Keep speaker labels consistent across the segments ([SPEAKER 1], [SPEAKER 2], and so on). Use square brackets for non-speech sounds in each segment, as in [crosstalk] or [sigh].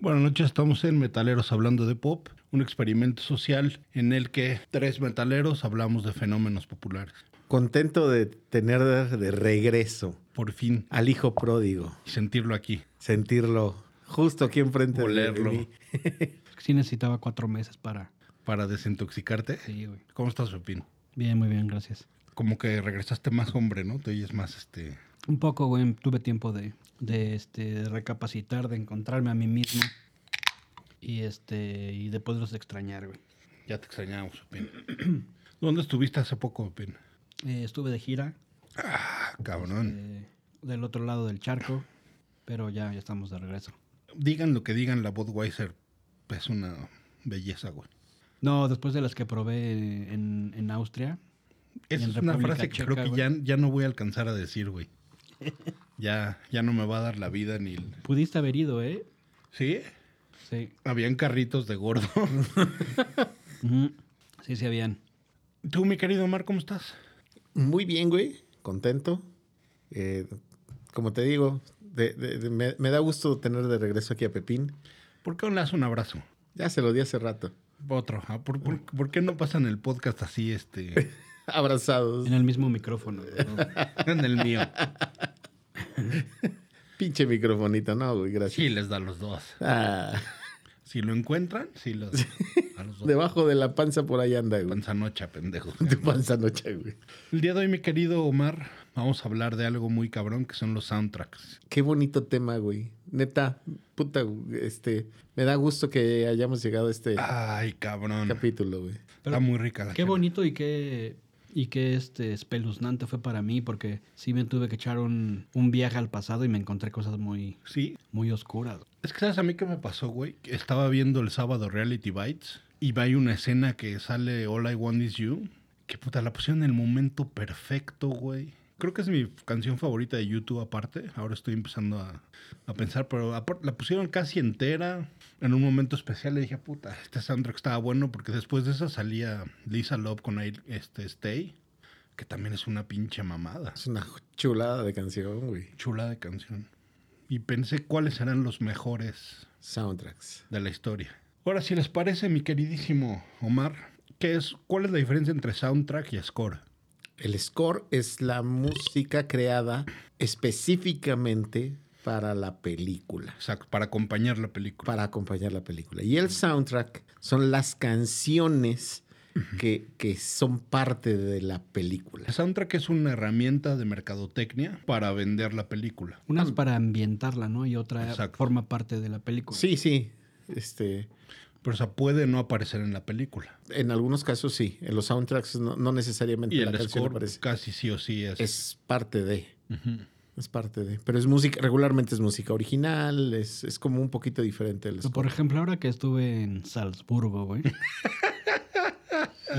[SPEAKER 1] Buenas noches, estamos en Metaleros hablando de pop, un experimento social en el que tres metaleros hablamos de fenómenos populares.
[SPEAKER 2] Contento de tener de regreso
[SPEAKER 1] Por fin,
[SPEAKER 2] al hijo pródigo,
[SPEAKER 1] sentirlo aquí.
[SPEAKER 2] sentirlo justo aquí enfrente de-
[SPEAKER 1] Olerlo.
[SPEAKER 2] de mí.
[SPEAKER 3] Sí necesitaba cuatro meses para...
[SPEAKER 1] Para desintoxicarte.
[SPEAKER 3] Sí, güey.
[SPEAKER 1] ¿Cómo estás, Pepín?
[SPEAKER 3] Bien, muy bien, gracias.
[SPEAKER 1] Como que regresaste más hombre, ¿no? Te oyes más este.
[SPEAKER 3] Un poco, güey, tuve tiempo de, de, este, de recapacitar, de encontrarme a mí mismo. Y este, y después los extrañar, güey.
[SPEAKER 1] Ya te extrañamos, Pepín.
[SPEAKER 3] [clears throat]
[SPEAKER 1] ¿Dónde estuviste hace poco, Pepín?
[SPEAKER 3] Eh, estuve de gira
[SPEAKER 1] Ah, cabrón.
[SPEAKER 3] eh, del otro lado del charco, pero ya, ya estamos de regreso.
[SPEAKER 1] Digan lo que digan, la Budweiser es una belleza, güey.
[SPEAKER 3] No, después de las que probé en, en Austria.
[SPEAKER 1] Esa
[SPEAKER 3] en
[SPEAKER 1] es una
[SPEAKER 3] República
[SPEAKER 1] frase que
[SPEAKER 3] Checa,
[SPEAKER 1] creo que ya, ya no voy a alcanzar a decir, güey. Ya, ya no me va a dar la vida ni el...
[SPEAKER 3] Pudiste haber ido, ¿eh?
[SPEAKER 1] ¿Sí?
[SPEAKER 3] Sí.
[SPEAKER 1] Habían carritos de gordo.
[SPEAKER 3] Ujú. Sí, sí habían.
[SPEAKER 1] [laughs] Tú, mi querido Omar, ¿cómo estás?
[SPEAKER 2] Muy bien, güey, contento. Eh, como te digo, de- de- de- me, me da gusto tener de regreso aquí a Pepín.
[SPEAKER 1] ¿Por qué no le das un abrazo?
[SPEAKER 2] Ya se lo di hace rato. [laughs]
[SPEAKER 1] Otro. ah, ¿Por, [laughs] por, por qué no pasan el podcast así, este,
[SPEAKER 2] Abrazados.
[SPEAKER 3] En el mismo micrófono. güey, ¿no?
[SPEAKER 1] en el mío?
[SPEAKER 2] Pinche microfonito, no, güey, gracias.
[SPEAKER 1] Sí, les da a los dos.
[SPEAKER 2] Ah,
[SPEAKER 1] Si lo encuentran, sí los... A los dos.
[SPEAKER 2] debajo de la panza por ahí anda, güey.
[SPEAKER 1] Panzanocha, pendejo.
[SPEAKER 2] Tu panza noche, güey.
[SPEAKER 1] El día de hoy, mi querido Omar, vamos a hablar de algo muy cabrón que son los soundtracks.
[SPEAKER 2] Qué bonito tema, güey. Neta, puta, este, me da gusto que hayamos llegado a este
[SPEAKER 1] Ay, cabrón.
[SPEAKER 2] capítulo, güey.
[SPEAKER 3] Pero-
[SPEAKER 1] Está muy rica la
[SPEAKER 3] Qué
[SPEAKER 1] chela.
[SPEAKER 3] bonito y qué, y qué este, espeluznante fue para mí, porque sí me tuve que echar un, un viaje al pasado y me encontré cosas muy,
[SPEAKER 1] Sí.
[SPEAKER 3] muy oscuras.
[SPEAKER 1] Es que sabes a mí qué me pasó, güey. Que Estaba viendo el sábado Reality Bites y hay una escena que sale All I Want Is You. Que puta, la pusieron en el momento perfecto, güey. Creo que es mi canción favorita de YouTube aparte. Ahora estoy empezando a, a pensar, pero apar- la pusieron casi entera en un momento especial. Le dije, puta, este soundtrack estaba bueno porque después de esa salía Lisa Love con I- este, Stay, que también es una pinche mamada.
[SPEAKER 2] Es una chulada de canción, güey.
[SPEAKER 1] Chula de canción. Y pensé cuáles serán los mejores
[SPEAKER 2] Soundtracks.
[SPEAKER 1] de la historia. Ahora, si les parece, mi queridísimo Omar, ¿qué es, ¿cuál es la diferencia entre soundtrack y score?
[SPEAKER 2] El score es la música creada específicamente para la película,
[SPEAKER 1] O sea, para acompañar la película.
[SPEAKER 2] para acompañar la película. Y el soundtrack son las canciones que, que son parte de la película.
[SPEAKER 1] El soundtrack es una herramienta de mercadotecnia para vender la película.
[SPEAKER 3] Unas para ambientarla, ¿no? Y otra
[SPEAKER 1] Exacto.
[SPEAKER 3] forma parte de la película.
[SPEAKER 2] Sí, sí. Este,
[SPEAKER 1] Pero, o sea, puede no aparecer en la película.
[SPEAKER 2] En algunos casos sí. En los soundtracks no, no necesariamente
[SPEAKER 1] Y
[SPEAKER 2] la
[SPEAKER 1] el
[SPEAKER 2] canción
[SPEAKER 1] score
[SPEAKER 2] aparece.
[SPEAKER 1] casi sí o sí es.
[SPEAKER 2] Es parte de.
[SPEAKER 1] Ujú.
[SPEAKER 2] Es parte de. Pero es música, regularmente es música original, es, es como un poquito diferente el
[SPEAKER 3] Por
[SPEAKER 2] score.
[SPEAKER 3] ejemplo, ahora que estuve en Salzburgo, güey.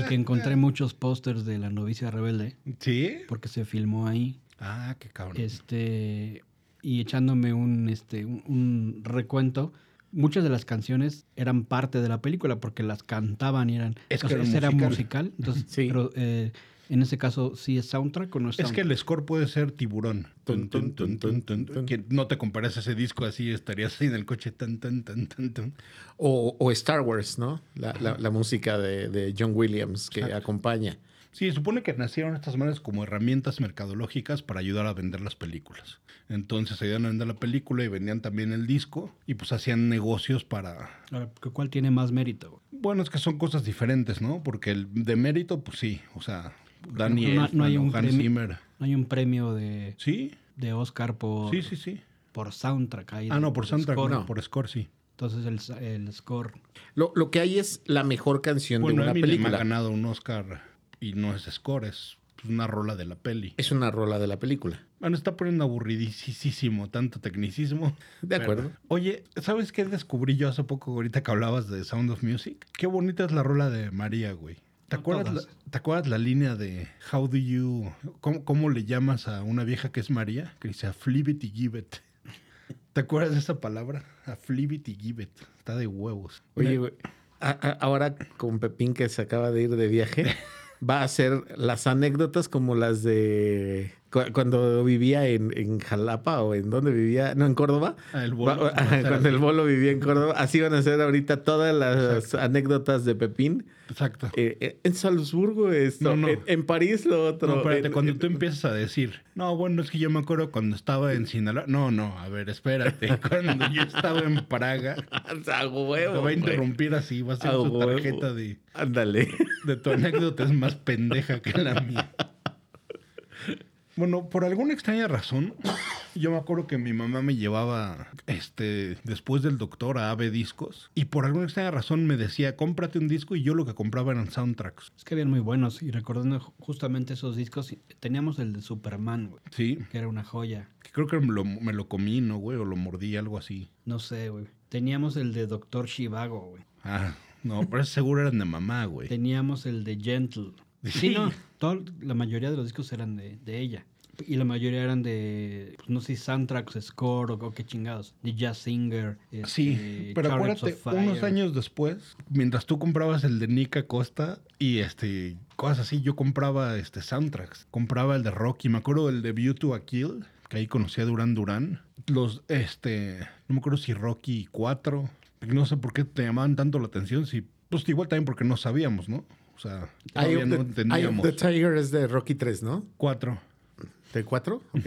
[SPEAKER 3] y que encontré muchos pósters de La novicia rebelde,
[SPEAKER 1] ¿Sí?
[SPEAKER 3] porque se filmó ahí.
[SPEAKER 1] Ah, qué cabrón.
[SPEAKER 3] este y echándome un este un, un recuento muchas de las canciones eran parte de la película porque las cantaban y eran
[SPEAKER 1] Es que
[SPEAKER 3] o sea,
[SPEAKER 1] era
[SPEAKER 3] ese era
[SPEAKER 1] musical.
[SPEAKER 3] musical entonces
[SPEAKER 2] Sí.
[SPEAKER 3] pero eh, en ese caso sí es soundtrack o no es
[SPEAKER 1] Es que
[SPEAKER 3] soundtrack?
[SPEAKER 1] el score puede ser tiburón.
[SPEAKER 2] Tun, tun, tun, tun, tun, tun.
[SPEAKER 1] Que no te comparas a ese disco así, estarías ahí en el coche. Tan, tan, tan, tan, tan.
[SPEAKER 2] O, o Star Wars, ¿no? La, la- la música de, de John Williams que acompaña.
[SPEAKER 1] Sí, supone que nacieron estas madres como herramientas mercadológicas para ayudar a vender las películas. Entonces ayudan a vender la película y vendían también el disco y pues hacían negocios para...
[SPEAKER 3] Ahora, ¿cu- ¿cuál tiene más mérito? güey?
[SPEAKER 1] Bueno, es que son cosas diferentes, ¿no? Porque el de mérito, pues sí, o sea, Daniel,
[SPEAKER 3] no- no hay un
[SPEAKER 1] Hans
[SPEAKER 3] premio.
[SPEAKER 1] Zimmer.
[SPEAKER 3] No hay un premio de,
[SPEAKER 1] Sí,
[SPEAKER 3] de Oscar por,
[SPEAKER 1] sí, sí, sí.
[SPEAKER 3] por soundtrack. ahí,
[SPEAKER 1] Ah,
[SPEAKER 3] de-
[SPEAKER 1] no, por
[SPEAKER 3] de
[SPEAKER 1] soundtrack,
[SPEAKER 3] score.
[SPEAKER 1] no, por score, sí.
[SPEAKER 3] Entonces el, sa- el score.
[SPEAKER 2] Lo, lo que hay es la mejor canción de
[SPEAKER 1] Bueno,
[SPEAKER 2] una
[SPEAKER 1] Eminem ha
[SPEAKER 2] película.
[SPEAKER 1] ganado un Oscar y no es score, es pues, una rola de la peli.
[SPEAKER 2] Es una rola de la película.
[SPEAKER 1] Bueno, está poniendo aburridísimo tanto tecnicismo.
[SPEAKER 2] De acuerdo.
[SPEAKER 1] Pero, oye, ¿sabes qué descubrí yo hace poco ahorita que hablabas de Sound of Music? Qué bonita es la rola de María, güey. ¿Te
[SPEAKER 3] No
[SPEAKER 1] acuerdas, la,
[SPEAKER 3] todas.
[SPEAKER 1] ¿Te acuerdas la línea de How do you... Cómo, cómo le llamas a una vieja que es María? Que dice a flip it y give it. [laughs] ¿Te acuerdas de esa palabra? A flip it y give it. Está de huevos.
[SPEAKER 2] Oye, güey, a- a- ahora con
[SPEAKER 1] [laughs]
[SPEAKER 2] Pepín que se acaba de ir de viaje, va a hacer las anécdotas como las de Cu- Cuando vivía en, en Jalapa o en donde vivía, no, en Córdoba.
[SPEAKER 1] Ah, el bolo.
[SPEAKER 2] Cu- [laughs] ajá, Cuando el bolo vivía en Córdoba. Así van a ser ahorita todas las anécdotas de Pepín.
[SPEAKER 1] Exacto.
[SPEAKER 2] Eh, eh, en Salzburgo esto,
[SPEAKER 1] No, no.
[SPEAKER 2] En, en París lo [laughs] otro.
[SPEAKER 1] No, espérate,
[SPEAKER 2] en-
[SPEAKER 1] cuando
[SPEAKER 2] en- [laughs]
[SPEAKER 1] tú empiezas a decir, no, bueno, es que yo me acuerdo cuando estaba en Sinaloa. No, no, a ver, espérate. [laughs] Cuando yo estaba en Praga,
[SPEAKER 2] ah, A
[SPEAKER 1] te
[SPEAKER 2] huevo,
[SPEAKER 1] va a
[SPEAKER 2] güey.
[SPEAKER 1] interrumpir así, va a ser
[SPEAKER 2] A
[SPEAKER 1] su
[SPEAKER 2] huevo.
[SPEAKER 1] tarjeta de,
[SPEAKER 2] Ándale.
[SPEAKER 1] de tu anécdota es más pendeja que la mía. Bueno, por alguna extraña razón, yo me acuerdo que mi mamá me llevaba este después del doctor a AB Discos y por alguna extraña razón me decía, cómprate un disco y yo lo que compraba eran soundtracks.
[SPEAKER 3] Es que habían muy buenos. Y recordando ju- justamente esos discos, teníamos el de Superman, güey,
[SPEAKER 1] Sí,
[SPEAKER 3] que era una joya.
[SPEAKER 1] que creo que me lo, me lo comí, ¿no, güey? O lo mordí, algo así.
[SPEAKER 3] No sé, güey. Teníamos el de Doctor Shivago, güey.
[SPEAKER 1] Ah, no, pero ese seguro eran de mamá, güey.
[SPEAKER 3] Teníamos el de Gentle. Sí,
[SPEAKER 1] Sí.
[SPEAKER 3] no. todo- la mayoría de los discos eran de, de ella. Y la mayoría eran de, pues, no sé, soundtracks, score o, o qué chingados. De Jazz Singer. este,
[SPEAKER 1] Sí, pero
[SPEAKER 3] Chariots
[SPEAKER 1] acuérdate,
[SPEAKER 3] of Fire.
[SPEAKER 1] unos años después, mientras tú comprabas el de Nica Costa y este cosas así, yo compraba este soundtracks, compraba el de Rocky, me acuerdo el de View to a Kill, que ahí conocí a Duran Duran, los este, no me acuerdo si Rocky 4, no sé por qué te llamaban tanto la atención, si pues igual también porque no sabíamos, ¿no? O sea,
[SPEAKER 2] Eye
[SPEAKER 1] todavía
[SPEAKER 2] of
[SPEAKER 1] no
[SPEAKER 2] the- Eye of
[SPEAKER 1] entendíamos.
[SPEAKER 2] the Tiger es de Rocky 3, ¿no?
[SPEAKER 1] 4.
[SPEAKER 2] ¿De 4? Ok.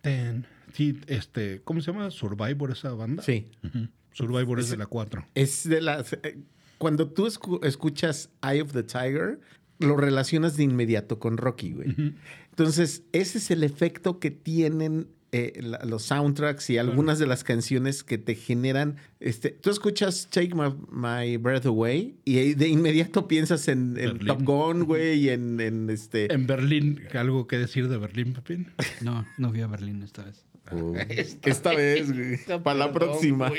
[SPEAKER 1] Ten. Sí, este, ¿cómo se llama? Survivor esa banda.
[SPEAKER 2] Sí.
[SPEAKER 1] Ujú. Survivor es de la 4.
[SPEAKER 2] Es de las. eh, Cuando tú escu- escuchas Eye of the Tiger, lo relacionas de inmediato con Rocky, güey. Entonces, ese es el efecto que tienen eh, la- los soundtracks y algunas de las canciones que te generan. Este, tú escuchas Take My, My Breath Away y ahí de inmediato piensas en, en
[SPEAKER 1] Berlín.
[SPEAKER 2] Top Gun, güey, y en,
[SPEAKER 1] [laughs]
[SPEAKER 2] en este.
[SPEAKER 1] En Berlín, ¿algo que decir de Berlín, Pepín?
[SPEAKER 3] No, no fui a Berlín esta vez.
[SPEAKER 2] Oh, esta, vez, güey. Para la próxima.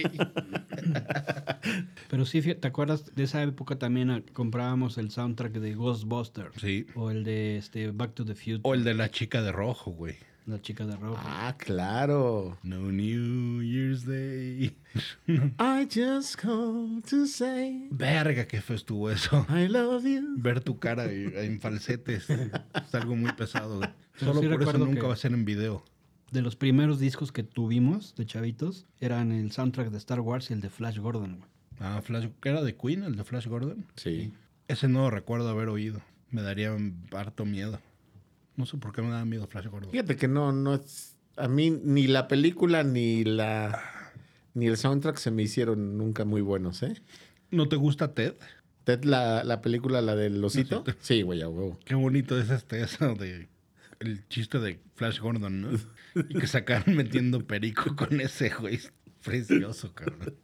[SPEAKER 3] Pero sí, fí- ¿te acuerdas de esa época también ah, comprábamos el soundtrack de Ghostbusters?
[SPEAKER 1] Sí.
[SPEAKER 3] O el de este, Back to the Future.
[SPEAKER 1] O el de la chica de rojo, güey.
[SPEAKER 3] La chica de rojo.
[SPEAKER 2] Ah,
[SPEAKER 1] [laughs]
[SPEAKER 2] claro.
[SPEAKER 1] No New Year's
[SPEAKER 3] [laughs]
[SPEAKER 1] Day.
[SPEAKER 2] I just called to say
[SPEAKER 1] Verga, qué feo estuvo eso.
[SPEAKER 2] I love you.
[SPEAKER 1] Ver tu cara en en falsetes es algo muy pesado. güey.
[SPEAKER 3] Pero
[SPEAKER 1] Solo
[SPEAKER 3] sí
[SPEAKER 1] por eso
[SPEAKER 3] recuerdo
[SPEAKER 1] nunca
[SPEAKER 3] que-
[SPEAKER 1] va a ser en video.
[SPEAKER 3] De los primeros discos que tuvimos de chavitos eran el soundtrack de Star Wars y el de Flash Gordon. güey.
[SPEAKER 1] Ah, Flash, ¿qué era de Queen, el de Flash Gordon?
[SPEAKER 2] Sí.
[SPEAKER 1] Ese no lo recuerdo haber oído. Me daría harto miedo. No sé por qué me daba miedo Flash Gordon.
[SPEAKER 2] Fíjate que no, no es. A mí ni la película ni la. Ni el soundtrack se me hicieron nunca muy buenos, ¿eh?
[SPEAKER 1] ¿No te gusta Ted?
[SPEAKER 2] ¿Ted, la, la película, la del osito?
[SPEAKER 1] Osito.
[SPEAKER 2] Sí, güey, a huevo.
[SPEAKER 1] Qué bonito es este eso de el chiste de Flash Gordon, ¿no? Y que sacaron metiendo perico con ese güey. Es Precioso, cabrón.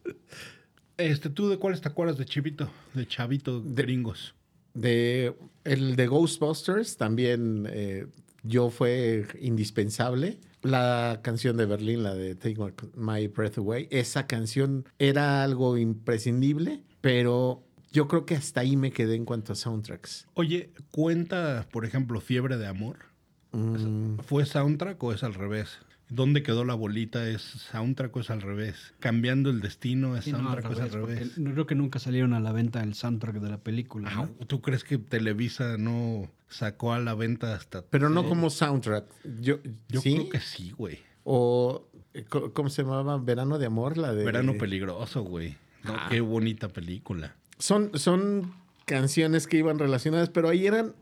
[SPEAKER 1] Este, ¿tú de cuáles te acuerdas de Chivito? De Chavito
[SPEAKER 2] De-
[SPEAKER 1] Gringos.
[SPEAKER 2] De, el de Ghostbusters también eh, yo fue indispensable. La canción de Berlín, la de Take My- My Breath Away, esa canción era algo imprescindible, pero yo creo que hasta ahí me quedé en cuanto a soundtracks.
[SPEAKER 1] Oye, ¿cuenta, por ejemplo, Fiebre de Amor?
[SPEAKER 2] Mm,
[SPEAKER 1] ¿Fue soundtrack o es al revés? ¿Dónde quedó la bolita? ¿Es soundtrack o es al revés? ¿Cambiando el destino es
[SPEAKER 3] Sí, no, al
[SPEAKER 1] soundtrack o es al
[SPEAKER 3] revés,
[SPEAKER 1] revés?
[SPEAKER 3] porque no- creo que nunca salieron a la venta el soundtrack de la película. ¿no?
[SPEAKER 1] Ah, ¿Tú crees que Televisa no sacó a la venta hasta...
[SPEAKER 2] pero no como soundtrack. Yo,
[SPEAKER 1] Yo
[SPEAKER 2] ¿sí?
[SPEAKER 1] creo que sí, güey.
[SPEAKER 2] O, eh, co- ¿cómo se llamaba? Verano de Amor, la de...
[SPEAKER 1] Verano peligroso, güey. No, Qué bonita película.
[SPEAKER 2] Son, son canciones que iban relacionadas, pero ahí eran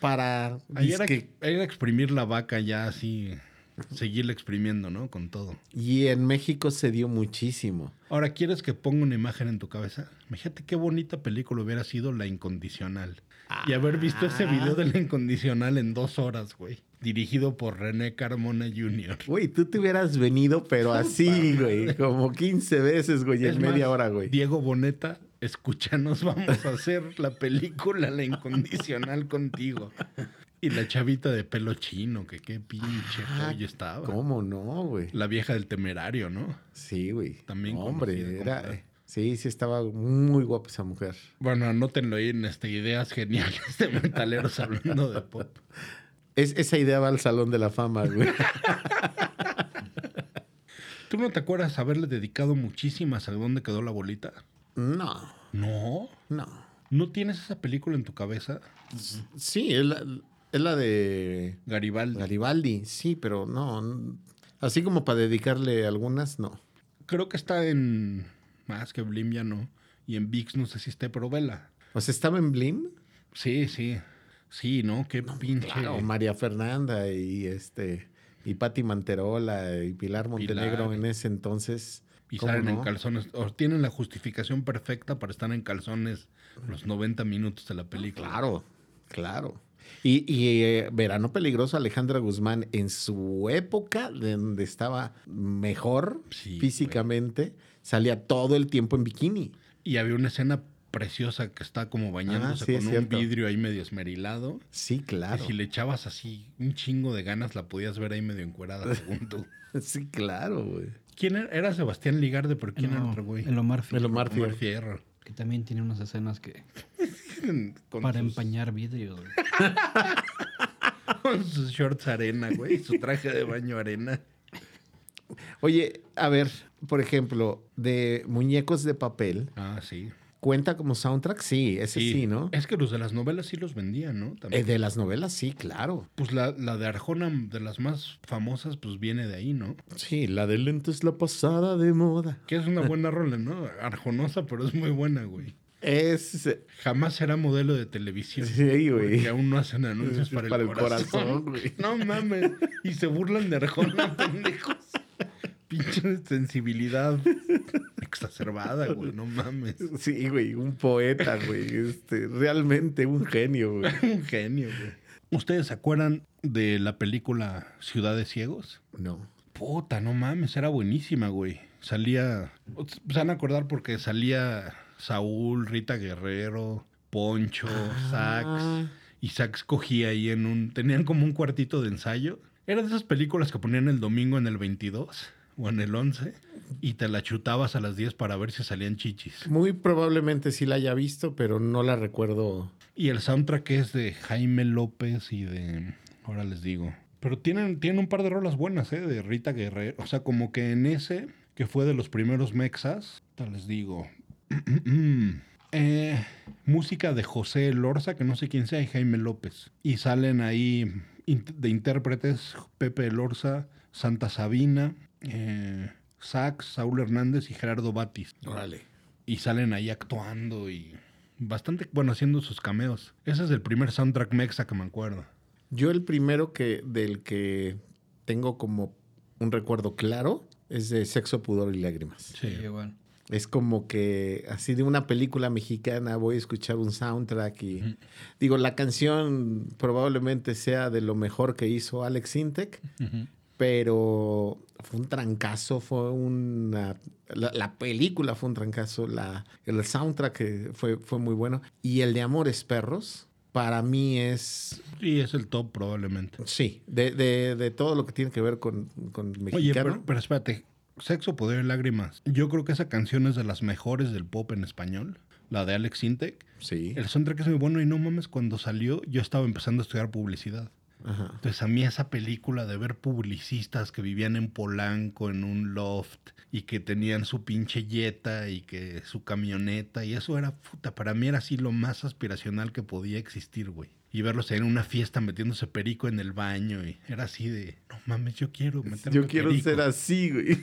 [SPEAKER 2] para...
[SPEAKER 1] Ahí era,
[SPEAKER 2] disque-
[SPEAKER 1] era exprimir la vaca ya así, seguirla exprimiendo, ¿no? Con todo.
[SPEAKER 2] Y en México se dio muchísimo.
[SPEAKER 1] Ahora, ¿quieres que ponga una imagen en tu cabeza? Imagínate qué bonita película hubiera sido La Incondicional. Y haber visto ese video de La Incondicional en dos horas, güey. Dirigido por René Carmona Jr.
[SPEAKER 2] Güey, tú te hubieras venido, pero así, güey. Como 15 veces, güey,
[SPEAKER 1] Es
[SPEAKER 2] en
[SPEAKER 1] más,
[SPEAKER 2] media hora, güey.
[SPEAKER 1] Diego Boneta, escúchanos, vamos a hacer la película La Incondicional contigo. Y la chavita de pelo chino, que qué pinche
[SPEAKER 2] Ah,
[SPEAKER 1] pollo estaba.
[SPEAKER 2] ¿Cómo no, güey?
[SPEAKER 1] La vieja del temerario, ¿no?
[SPEAKER 2] Sí, güey.
[SPEAKER 1] También
[SPEAKER 2] Hombre,
[SPEAKER 1] conocida como la-
[SPEAKER 2] era... Sí, sí, estaba muy guapa esa mujer.
[SPEAKER 1] Bueno, anótenlo ahí en este ideas geniales de metaleros hablando de pop.
[SPEAKER 2] Es, esa idea va al Salón de la
[SPEAKER 1] [laughs]
[SPEAKER 2] Fama, güey.
[SPEAKER 1] ¿Tú no te acuerdas haberle dedicado muchísimas a dónde quedó la bolita?
[SPEAKER 2] No,
[SPEAKER 1] No.
[SPEAKER 2] no.
[SPEAKER 1] ¿No tienes esa película en tu cabeza?
[SPEAKER 2] Sí, es la- Es la de
[SPEAKER 1] Garibaldi.
[SPEAKER 2] Garibaldi, sí, pero no. n- Así como para dedicarle algunas, no.
[SPEAKER 1] Creo que está en. Más que Blim ya no. Y en VIX no sé si esté, pero vela.
[SPEAKER 2] O sea, estaba en Blim.
[SPEAKER 1] Sí, sí. Sí, ¿no? Qué pinche.
[SPEAKER 2] pues, Claro, María Fernanda y este y Pati Manterola y Pilar Montenegro en ese entonces.
[SPEAKER 1] y
[SPEAKER 2] ¿cómo
[SPEAKER 1] salen en
[SPEAKER 2] no?
[SPEAKER 1] calzones. O tienen la justificación perfecta para estar en calzones los 90 minutos de la película.
[SPEAKER 2] Claro, claro. Y, y, eh, Verano Peligroso, Alejandra Guzmán, en su época, de donde estaba mejor
[SPEAKER 1] Sí,
[SPEAKER 2] físicamente, salía todo el tiempo en bikini.
[SPEAKER 1] Y había una escena preciosa que está como bañándose
[SPEAKER 2] Ah, sí, es
[SPEAKER 1] con un
[SPEAKER 2] cierto.
[SPEAKER 1] vidrio ahí medio esmerilado.
[SPEAKER 2] Sí, claro.
[SPEAKER 1] Y si le echabas así un chingo de ganas, la podías ver ahí medio encuerada, según
[SPEAKER 2] [laughs]
[SPEAKER 1] tú.
[SPEAKER 2] Sí, claro, güey.
[SPEAKER 1] ¿Quién era? Era Sebastián Ligarde, pero ¿quién era
[SPEAKER 3] No,
[SPEAKER 1] otro güey?
[SPEAKER 3] El Omar Fierro,
[SPEAKER 2] El Omar
[SPEAKER 1] Omar
[SPEAKER 2] Fierro.
[SPEAKER 1] Fierro.
[SPEAKER 3] que también tiene unas escenas que
[SPEAKER 1] Con
[SPEAKER 3] para
[SPEAKER 1] sus-
[SPEAKER 3] empañar vidrios. güey.
[SPEAKER 1] [laughs] Con sus shorts arena, güey. y Su traje de baño arena.
[SPEAKER 2] Oye, a ver, por ejemplo, de Muñecos de Papel,
[SPEAKER 1] Ah, sí.
[SPEAKER 2] ¿cuenta como soundtrack? Sí, ese sí, ¿no?
[SPEAKER 1] Es que los de las novelas sí los vendían, ¿no?
[SPEAKER 2] Eh,
[SPEAKER 1] También.
[SPEAKER 2] de las novelas, sí, claro.
[SPEAKER 1] Pues la, la de Arjona, de las más famosas, pues viene de ahí, ¿no?
[SPEAKER 2] Sí, la de lento es la pasada de moda.
[SPEAKER 1] Que es una
[SPEAKER 2] [laughs]
[SPEAKER 1] buena rola, ¿no? Arjonosa, pero es muy buena, güey.
[SPEAKER 2] Es.
[SPEAKER 1] Jamás será modelo de televisión.
[SPEAKER 2] Sí,
[SPEAKER 1] Que
[SPEAKER 2] güey.
[SPEAKER 1] aún no hacen
[SPEAKER 2] [laughs]
[SPEAKER 1] anuncios para, el, corazón.
[SPEAKER 2] güey.
[SPEAKER 1] [laughs] No mames. Y se burlan de Arjona, [laughs] pendejos. Pinche sensibilidad [laughs] exacerbada, güey. No mames.
[SPEAKER 2] Sí, güey, un [laughs] poeta, güey. Este, realmente un genio, güey.
[SPEAKER 1] Un genio, güey. ¿Ustedes se acuerdan de la película Ciudades Ciegos?
[SPEAKER 2] No.
[SPEAKER 1] Puta, no mames, era buenísima, güey. Salía. Se van a acordar porque salía Saúl, Rita Guerrero, Poncho,
[SPEAKER 2] Ah.
[SPEAKER 1] Sax. Y Sax cogía ahí en un. Tenían como un cuartito de ensayo. Era de esas películas que ponían el domingo en el 22 o en el 11 y te la chutabas a las 10 para ver si salían chichis.
[SPEAKER 2] Muy probablemente sí la haya visto, pero no la recuerdo.
[SPEAKER 1] Y el soundtrack es de Jaime López y de. Ahora les digo. Pero tienen, tienen un par de rolas buenas, ¿eh? De Rita Guerrero. O sea, como que en ese, que fue de los primeros mexas, ahorita les digo. [clears throat] Eh, música de José Elorza, que no sé quién sea, y Jaime López. Y salen ahí int- de intérpretes Pepe Elorza, Santa Sabina, eh, Sax, Saúl Hernández y Gerardo Batis
[SPEAKER 2] Órale.
[SPEAKER 1] y salen ahí actuando y bastante bueno haciendo sus cameos. Ese es el primer soundtrack mexa que me acuerdo.
[SPEAKER 2] Yo el primero que del que tengo como un recuerdo claro es de Sexo, Pudor y Lágrimas.
[SPEAKER 1] Sí.
[SPEAKER 3] Y bueno,
[SPEAKER 2] Es como que así de una película mexicana voy a escuchar un soundtrack y digo, la canción probablemente sea de lo mejor que hizo Alex Intec, pero fue un trancazo, fue una... La, la película fue un trancazo, la, el soundtrack eh, fue, fue muy bueno y el de Amores Perros para mí es...
[SPEAKER 1] Y es el top probablemente.
[SPEAKER 2] Sí, de, de- de todo lo que tiene que ver con, con
[SPEAKER 1] Oye,
[SPEAKER 2] mexicano.
[SPEAKER 1] pero, pero espérate. Sexo, Poder y Lágrimas. Yo creo que esa canción es de las mejores del pop en español. La de Alex Intec.
[SPEAKER 2] sí.
[SPEAKER 1] El soundtrack es muy bueno y no mames, cuando salió yo estaba empezando a estudiar publicidad.
[SPEAKER 2] Ajá.
[SPEAKER 1] Entonces Pues, a mí esa película de ver publicistas que vivían en Polanco en un loft y que tenían su pinche yeta y que su camioneta y eso era puta, para mí era así lo más aspiracional que podía existir, güey. Y verlos en una fiesta metiéndose perico en el baño y era así de, no mames, yo quiero meterme
[SPEAKER 2] Yo quiero
[SPEAKER 1] perico".
[SPEAKER 2] ser así, güey.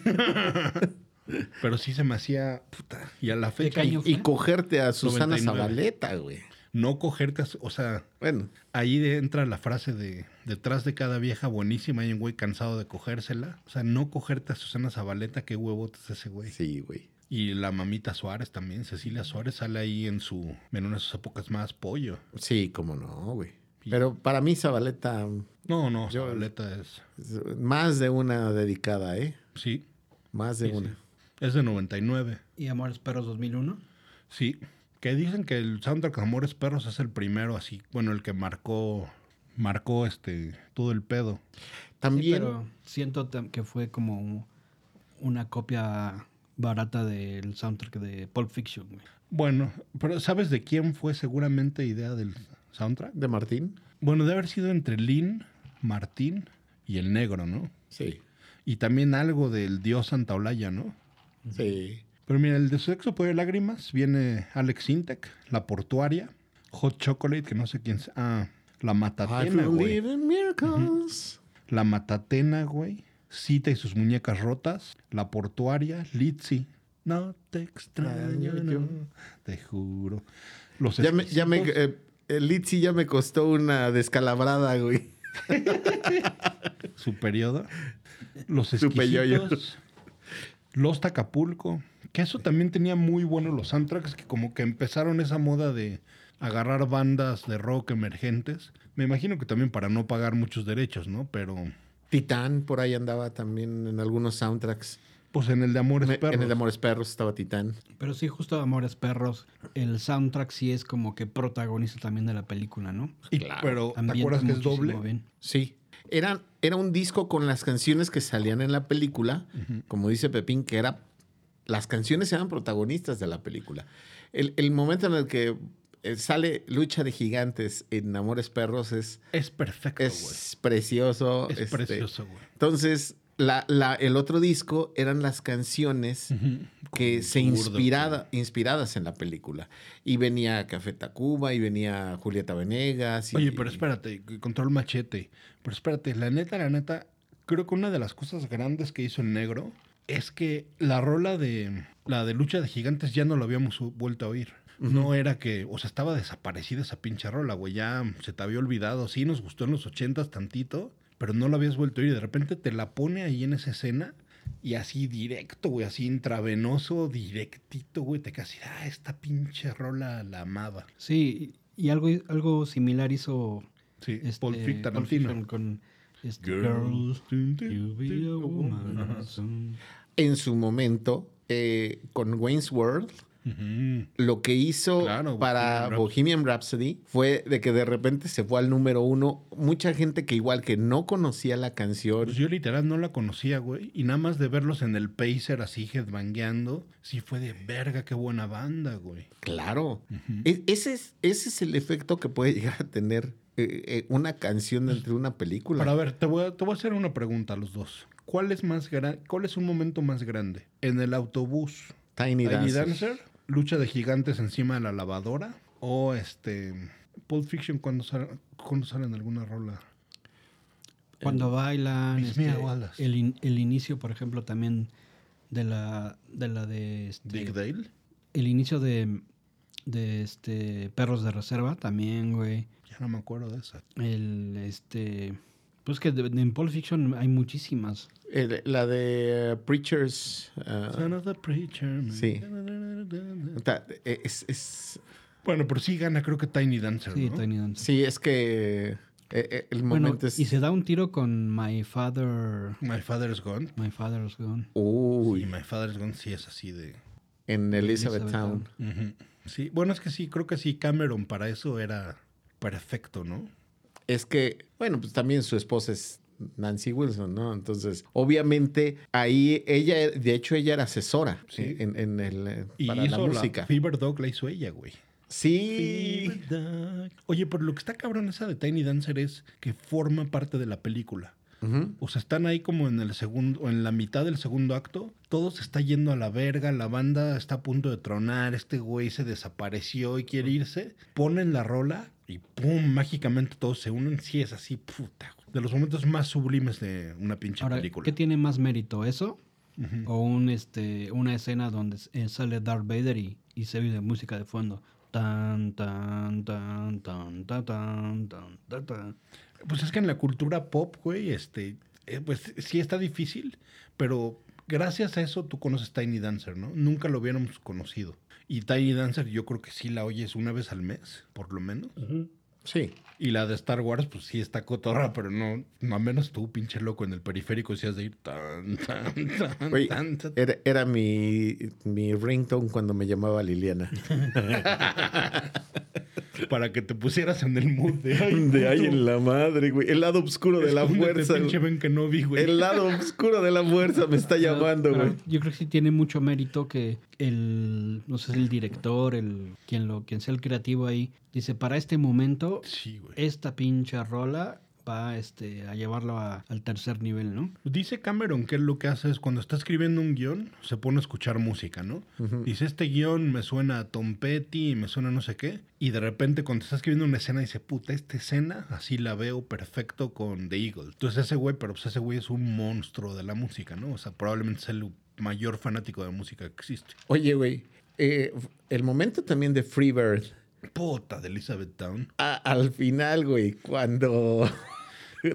[SPEAKER 1] Pero sí se me hacía puta. Y a la
[SPEAKER 3] ¿Qué
[SPEAKER 1] fecha
[SPEAKER 3] año
[SPEAKER 2] Y
[SPEAKER 3] fue?
[SPEAKER 2] cogerte a Susana
[SPEAKER 1] 99.
[SPEAKER 2] Zabaleta, güey.
[SPEAKER 1] no cogerte, a su- o sea,
[SPEAKER 2] Bueno,
[SPEAKER 1] Ahí de- entra la frase de detrás de cada vieja buenísima hay un güey cansado de cogérsela. O sea, no cogerte a Susana Zabaleta, qué huevotes ese güey.
[SPEAKER 2] sí, güey.
[SPEAKER 1] Y la mamita Suárez también, Cecilia Suárez sale ahí en su en una de sus épocas más pollo.
[SPEAKER 2] Sí, cómo no, güey. Pero para mí Zabaleta,
[SPEAKER 1] No, no,
[SPEAKER 2] Yo-
[SPEAKER 1] Zabaleta es
[SPEAKER 2] es más de una dedicada, ¿eh?
[SPEAKER 1] sí,
[SPEAKER 2] Más de
[SPEAKER 1] Sí, sí.
[SPEAKER 2] una.
[SPEAKER 1] es de 99.
[SPEAKER 3] y Amores Perros 2001.
[SPEAKER 1] Sí, que dicen que el soundtrack de Amores Perros es el primero así, bueno, el que marcó marcó este todo el pedo.
[SPEAKER 3] Sí,
[SPEAKER 2] También,
[SPEAKER 3] pero siento tam- que fue como un- una copia barata del soundtrack de Pulp Fiction. güey.
[SPEAKER 1] Bueno, pero ¿sabes de quién fue seguramente idea del soundtrack?
[SPEAKER 2] de Martín.
[SPEAKER 1] Bueno, de haber sido entre Lin, Martín y el negro, ¿no?
[SPEAKER 2] Sí.
[SPEAKER 1] Y también algo del dios Santa Olaya, ¿no?
[SPEAKER 2] Sí.
[SPEAKER 1] Pero mira, el de Sexo, Poder y Lágrimas viene Alex Intec, La Portuaria, Hot Chocolate, que no sé quién es. Ah, La Matatena, güey. La Matatena, güey. Cita y sus muñecas rotas. La Portuaria. Litzy. No te extraño,
[SPEAKER 2] Ay, yo-
[SPEAKER 1] no. Te juro. Los
[SPEAKER 2] Ya me, ya me,
[SPEAKER 1] exquisitos.
[SPEAKER 2] eh, el Litsi ya me costó una descalabrada, güey.
[SPEAKER 1] Su periodo. Los
[SPEAKER 2] Su peyoyo.
[SPEAKER 1] exquisitos. Los Tacapulco. Que eso también tenía muy buenos los soundtracks, que como que empezaron esa moda de agarrar bandas de rock emergentes. Me imagino que también para no pagar muchos derechos, ¿no? Pero,
[SPEAKER 2] Titán, por ahí andaba también en algunos soundtracks.
[SPEAKER 1] pues en el de Amores
[SPEAKER 2] Me-
[SPEAKER 1] Perros.
[SPEAKER 2] en el de Amores Perros estaba Titán.
[SPEAKER 3] Pero sí, justo Amores Perros, el soundtrack sí es como que protagonista también de la película, ¿no?
[SPEAKER 1] Y-
[SPEAKER 2] Claro.
[SPEAKER 1] pero, ¿te
[SPEAKER 3] Ambienta
[SPEAKER 1] acuerdas que es
[SPEAKER 3] muchísimo
[SPEAKER 1] doble?
[SPEAKER 3] bien.
[SPEAKER 2] Sí. Era, era un disco con las canciones que salían en la película, como dice Pepín, que era. Las canciones eran protagonistas de la película. El, el momento en el que eh, sale Lucha de Gigantes en Amores Perros es,
[SPEAKER 1] Es perfecto, güey. Es,
[SPEAKER 2] es precioso. este,
[SPEAKER 1] precioso, güey.
[SPEAKER 2] Entonces, la- la- el otro disco eran las canciones que
[SPEAKER 1] Con
[SPEAKER 2] se
[SPEAKER 1] Zurdo,
[SPEAKER 2] inspirada, inspiradas en la película. Y venía Café Tacuba, y venía Julieta Venegas. y-
[SPEAKER 1] Oye, pero espérate, control machete. Pero espérate, la neta, la neta, creo que una de las cosas grandes que hizo el negro es que la rola de la de lucha de gigantes ya no la habíamos u- vuelto a oír. No era que, o sea, estaba desaparecida esa pinche rola, güey, ya se te había olvidado. Sí, nos gustó en los ochentas tantito, pero no la habías vuelto a oír. Y de repente te la pone ahí en esa escena y así directo, güey, así intravenoso, directito, güey, te casi, ah, esta pinche rola la amaba.
[SPEAKER 3] Sí, y y algo, algo similar hizo
[SPEAKER 1] Sí,
[SPEAKER 3] este,
[SPEAKER 1] Paul Fick
[SPEAKER 3] Pulp
[SPEAKER 1] Tarantino.
[SPEAKER 3] Fiction con este,
[SPEAKER 1] Girl,
[SPEAKER 3] Girl, you be a woman. soon.
[SPEAKER 2] en su momento, eh, con Wayne's World,
[SPEAKER 1] Ujú.
[SPEAKER 2] lo que hizo
[SPEAKER 1] Claro,
[SPEAKER 2] para Bohemian
[SPEAKER 1] Bohemian
[SPEAKER 2] Rhapsody. fue de que de repente se fue al número uno. Mucha gente que igual que no conocía la canción.
[SPEAKER 1] Pues yo literal no la conocía, güey. Y nada más de verlos en el Pacer así headbangueando, sí fue de verga, qué buena banda, güey.
[SPEAKER 2] Claro. E- ese, es, ese es el efecto que puede [laughs] llegar a tener eh, eh, una canción dentro de una película.
[SPEAKER 1] Pero a ver, te voy a, te voy a hacer una pregunta a los dos. ¿Cuál es más gran- cuál es un momento más grande? ¿En el autobús?
[SPEAKER 2] Tiny,
[SPEAKER 1] ¿Tiny
[SPEAKER 2] Dancer.
[SPEAKER 1] Dancer. ¿Lucha de gigantes encima de la lavadora? ¿O este Pulp Fiction cuando salen cuando salen alguna rola?
[SPEAKER 3] Cuando bailan,
[SPEAKER 1] Miss Mia
[SPEAKER 3] este,
[SPEAKER 1] Wallace.
[SPEAKER 3] el, in- el inicio, por ejemplo, también de la de, la de este,
[SPEAKER 1] Dick Dale.
[SPEAKER 3] el inicio de, de este Perros de Reserva también, güey.
[SPEAKER 1] Ya no me acuerdo de esa.
[SPEAKER 3] El este pues que de- de- en Pulp Fiction hay muchísimas.
[SPEAKER 2] El- la de eh, Preachers. ah,
[SPEAKER 1] Son of the preacher, man.
[SPEAKER 2] Sí. ta- eh, es- es-
[SPEAKER 1] Bueno, pero sí gana, creo que Tiny Dancer.
[SPEAKER 3] Sí,
[SPEAKER 1] ¿no?
[SPEAKER 3] Tiny Dancer.
[SPEAKER 2] sí, es que eh, eh, el
[SPEAKER 3] Bueno,
[SPEAKER 2] momento es.
[SPEAKER 3] y se da un tiro con My Father
[SPEAKER 1] My Father's Gone.
[SPEAKER 3] My Father's Gone.
[SPEAKER 1] Y
[SPEAKER 2] Uy,
[SPEAKER 1] My Father's Gone sí es así de.
[SPEAKER 2] en Elizabeth Town.
[SPEAKER 3] Elizabethtown.
[SPEAKER 1] Ujú. Sí, bueno, es que sí, creo que sí, Cameron para eso era perfecto, ¿no?
[SPEAKER 2] es que, bueno, pues también su esposa es Nancy Wilson, ¿no? Entonces, obviamente, ahí ella, de hecho, ella era asesora
[SPEAKER 1] Sí.
[SPEAKER 2] en, en el, eh,
[SPEAKER 1] Y
[SPEAKER 2] para la
[SPEAKER 1] hizo la,
[SPEAKER 2] música.
[SPEAKER 1] Fever Dog la hizo ella, güey.
[SPEAKER 2] Sí.
[SPEAKER 1] Fever Dog. Oye, pero lo que está cabrón esa de Tiny Dancer es que forma parte de la película.
[SPEAKER 2] Ujú.
[SPEAKER 1] O sea, están ahí como en el segundo, o en la mitad del segundo acto. Todo se está yendo a la verga, la banda está a punto de tronar, este güey se desapareció y quiere irse. Ponen la rola y pum, mágicamente todos se unen. Sí, es así, puta. De los momentos más sublimes de una pinche
[SPEAKER 3] Ahora,
[SPEAKER 1] película.
[SPEAKER 3] ¿qué tiene más mérito eso
[SPEAKER 1] Ujú.
[SPEAKER 3] o un este una escena donde s- eh, sale Darth Vader y, y se oye música de fondo? Tan tan tan tan tan tan tan tan tan.
[SPEAKER 1] Pues es que en la cultura pop, güey, este, eh, pues sí está difícil, pero gracias a eso tú conoces Tiny Dancer, ¿no? Nunca lo hubiéramos conocido. Y Tiny Dancer yo creo que sí la oyes una vez al mes, por lo menos.
[SPEAKER 2] Sí.
[SPEAKER 1] Y la de Star Wars, pues sí está cotorra, pero no, no, a menos tú, pinche loco, en el periférico, si has de ir tan, tan, tan,
[SPEAKER 2] Oye,
[SPEAKER 1] tan, tan.
[SPEAKER 2] Era, era mi, mi ringtone cuando me llamaba Liliana.
[SPEAKER 1] para que te pusieras en el mood
[SPEAKER 2] [laughs]
[SPEAKER 1] de ay,
[SPEAKER 2] De ahí
[SPEAKER 1] puto,
[SPEAKER 2] en la madre, güey. El lado oscuro de la
[SPEAKER 1] escóndete,
[SPEAKER 2] fuerza.
[SPEAKER 1] pinche Ben Kenobi, güey. Ah,
[SPEAKER 2] El lado oscuro de la fuerza me está
[SPEAKER 3] Pero-
[SPEAKER 2] llamando,
[SPEAKER 3] pero
[SPEAKER 2] güey.
[SPEAKER 3] Yo creo que sí tiene mucho mérito que el, no sé, el director, el quien lo, quien sea el creativo ahí, dice para este momento
[SPEAKER 1] Sí, güey.
[SPEAKER 3] esta pinche rola papá este, a llevarlo a- al tercer nivel, ¿no?
[SPEAKER 1] Dice Cameron que él lo que hace es cuando está escribiendo un guión, se pone a escuchar música, ¿no? Dice, este guión me suena a Tom Petty, me suena a no sé qué. Y de repente cuando está escribiendo una escena dice, puta, esta escena así la veo perfecto con The Eagles. Entonces ese güey, pero pues ese güey es un monstruo de la música, ¿no? O sea, probablemente es el mayor fanático de música que existe.
[SPEAKER 2] Oye, güey, eh, el momento también de Freebird.
[SPEAKER 1] Puta de Elizabeth Town.
[SPEAKER 2] a- al final, güey,
[SPEAKER 1] [laughs]
[SPEAKER 2] cuando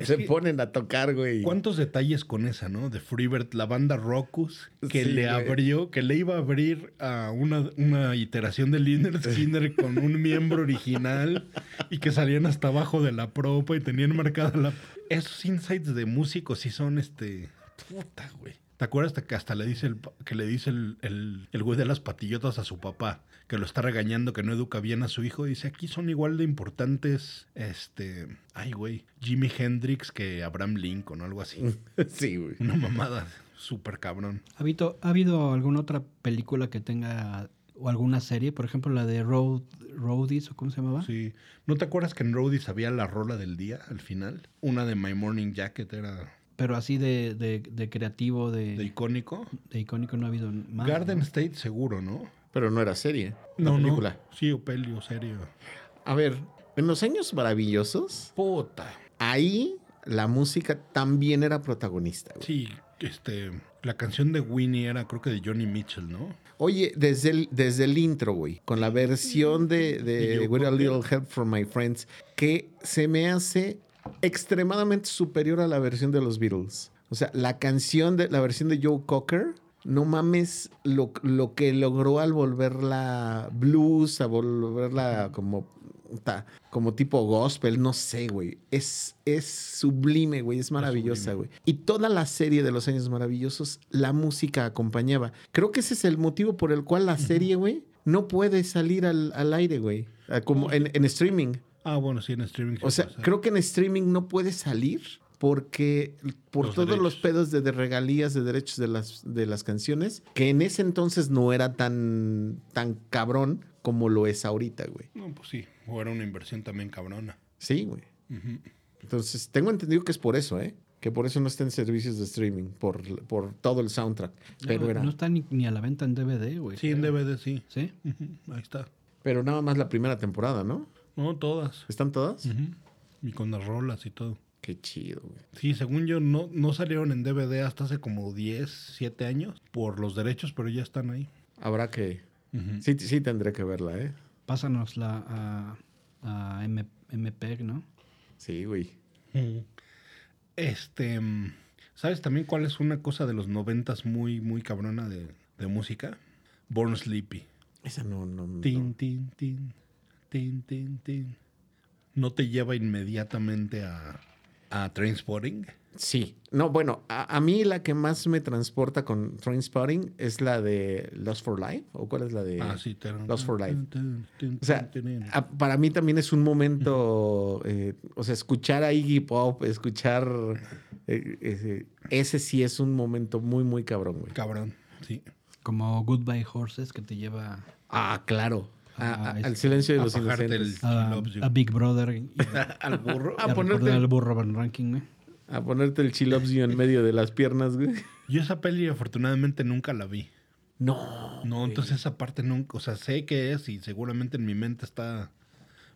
[SPEAKER 2] se
[SPEAKER 1] que-
[SPEAKER 2] ponen a tocar, güey.
[SPEAKER 1] ¿Cuántos detalles con esa, no? De Freebird, la banda Rocus, que
[SPEAKER 2] Sí,
[SPEAKER 1] le
[SPEAKER 2] güey.
[SPEAKER 1] abrió, que le iba a abrir a una, una iteración de Liner Skinner con un miembro original y que salían hasta abajo de la propa y tenían marcada la. Esos insights de músicos sí son este. Puta, güey. ¿Te acuerdas hasta que hasta le dice el pa- que le dice el, el- el güey de las patillotas a su papá, que lo está regañando, que no educa bien a su hijo? Dice, aquí son igual de importantes, este, ay güey, Jimi Hendrix que Abraham Lincoln o algo así.
[SPEAKER 2] [laughs] Sí, güey.
[SPEAKER 1] Una mamada súper cabrón.
[SPEAKER 3] ¿Ha habido, ¿Ha habido alguna otra película que tenga o alguna serie? Por ejemplo, la de Road, Roadies o cómo se llamaba.
[SPEAKER 1] Sí. ¿No te acuerdas que en Roadies había la rola del día al final? Una de My Morning Jacket era
[SPEAKER 3] Pero así de, de- de creativo, de,
[SPEAKER 1] de
[SPEAKER 3] de,
[SPEAKER 1] icónico.
[SPEAKER 3] icónico no ha habido más.
[SPEAKER 1] Garden
[SPEAKER 3] ¿no?
[SPEAKER 1] State seguro, ¿no?
[SPEAKER 2] Pero no era serie.
[SPEAKER 1] Ah. No,
[SPEAKER 2] la película.
[SPEAKER 1] no. Sí, Opelio, serio.
[SPEAKER 2] A ver, en los años maravillosos,
[SPEAKER 1] Puta.
[SPEAKER 2] ahí la música también era protagonista. güey.
[SPEAKER 1] Sí, este, la canción de Winnie era creo que de Johnny Mitchell, ¿no?
[SPEAKER 2] Oye, desde el, desde el intro, güey, con la versión de,
[SPEAKER 1] Y
[SPEAKER 2] de
[SPEAKER 1] yo
[SPEAKER 2] With a
[SPEAKER 1] creo que-
[SPEAKER 2] Little Help from My Friends, que se me hace extremadamente superior a la versión de los Beatles. O sea, la canción de la versión de Joe Cocker, no mames lo, lo que logró al volverla blues, a volverla como ta- como tipo gospel, no sé, güey. Es, es sublime, güey. Es maravillosa, güey. Y toda la serie de los años maravillosos, la música acompañaba. Creo que ese es el motivo por el cual la serie, güey, no puede salir al, al aire, güey. Ah, Como en, en streaming.
[SPEAKER 1] Ah, bueno, sí, en streaming. sí
[SPEAKER 2] O sea,
[SPEAKER 1] puede ser.
[SPEAKER 2] creo que en streaming no puede salir porque por
[SPEAKER 1] Los
[SPEAKER 2] todos los
[SPEAKER 1] derechos.
[SPEAKER 2] pedos de, de regalías de derechos de las, de las canciones, que en ese entonces no era tan, tan cabrón como lo es ahorita, güey.
[SPEAKER 1] No, pues sí. O era una inversión también cabrona.
[SPEAKER 2] Sí, güey.
[SPEAKER 1] Ujú.
[SPEAKER 2] Entonces, tengo entendido que es por eso, ¿eh? Que por eso no está en servicios de streaming, por, por todo el soundtrack.
[SPEAKER 3] No,
[SPEAKER 2] Pero, era,
[SPEAKER 3] no está ni, ni a la venta en DVD, güey.
[SPEAKER 1] Sí, en DVD sí.
[SPEAKER 3] ¿Sí?
[SPEAKER 1] Ujú, Ahí está.
[SPEAKER 2] pero nada más la primera temporada, ¿no?
[SPEAKER 1] No, todas.
[SPEAKER 2] ¿Están todas?
[SPEAKER 1] Ujú. Y con las rolas y todo.
[SPEAKER 2] Qué chido, güey.
[SPEAKER 1] Sí, según yo, no, no salieron en DVD hasta hace como 10, 7 años por los derechos, pero ya están ahí.
[SPEAKER 2] Habrá que...
[SPEAKER 1] Ujú.
[SPEAKER 2] Sí, sí tendré que verla, ¿eh?
[SPEAKER 3] Pásanosla a, a M- MPEG, ¿no?
[SPEAKER 2] Sí, güey.
[SPEAKER 1] Ujú. Este, mm, ¿sabes también cuál es una cosa de los noventas muy, muy cabrona de, de música? Born Sleepy.
[SPEAKER 2] Esa no, no, no.
[SPEAKER 1] Tin, tin, tin, tin, tin, tin. ¿No te lleva inmediatamente a, a Trainspotting?
[SPEAKER 2] Sí. No, bueno, a, a mí la que más me transporta con Trainspotting es la de Lost for Life. ¿O cuál es la de...?
[SPEAKER 1] ah, sí. tarán,
[SPEAKER 2] Lost for
[SPEAKER 1] tarán,
[SPEAKER 2] Life.
[SPEAKER 1] tarán, tarán,
[SPEAKER 2] O sea,
[SPEAKER 1] tarán, tarán.
[SPEAKER 2] a- Ah, para mí también es un momento, eh, o sea, escuchar a Iggy Pop, escuchar, eh, ese, ese sí es un momento muy, muy cabrón, güey.
[SPEAKER 1] Cabrón, sí.
[SPEAKER 2] [laughs]
[SPEAKER 3] Como Goodbye Horses que te lleva
[SPEAKER 2] Ah, claro. A-
[SPEAKER 3] Ah,
[SPEAKER 2] a-
[SPEAKER 3] es-
[SPEAKER 2] al silencio de
[SPEAKER 1] a
[SPEAKER 2] los
[SPEAKER 1] fajarte
[SPEAKER 2] inocentes.
[SPEAKER 1] She
[SPEAKER 3] a,
[SPEAKER 1] loves you.
[SPEAKER 3] a Big Brother y,
[SPEAKER 1] Al burro.
[SPEAKER 2] A
[SPEAKER 3] a
[SPEAKER 2] ponerte-
[SPEAKER 3] recordar al burro Van Ranking, güey.
[SPEAKER 2] A ponerte el She Loves You en medio de las piernas, güey.
[SPEAKER 1] Yo esa peli afortunadamente nunca la vi.
[SPEAKER 2] No.
[SPEAKER 1] No, entonces esa parte nunca, o sea, sé que es y seguramente en mi mente está,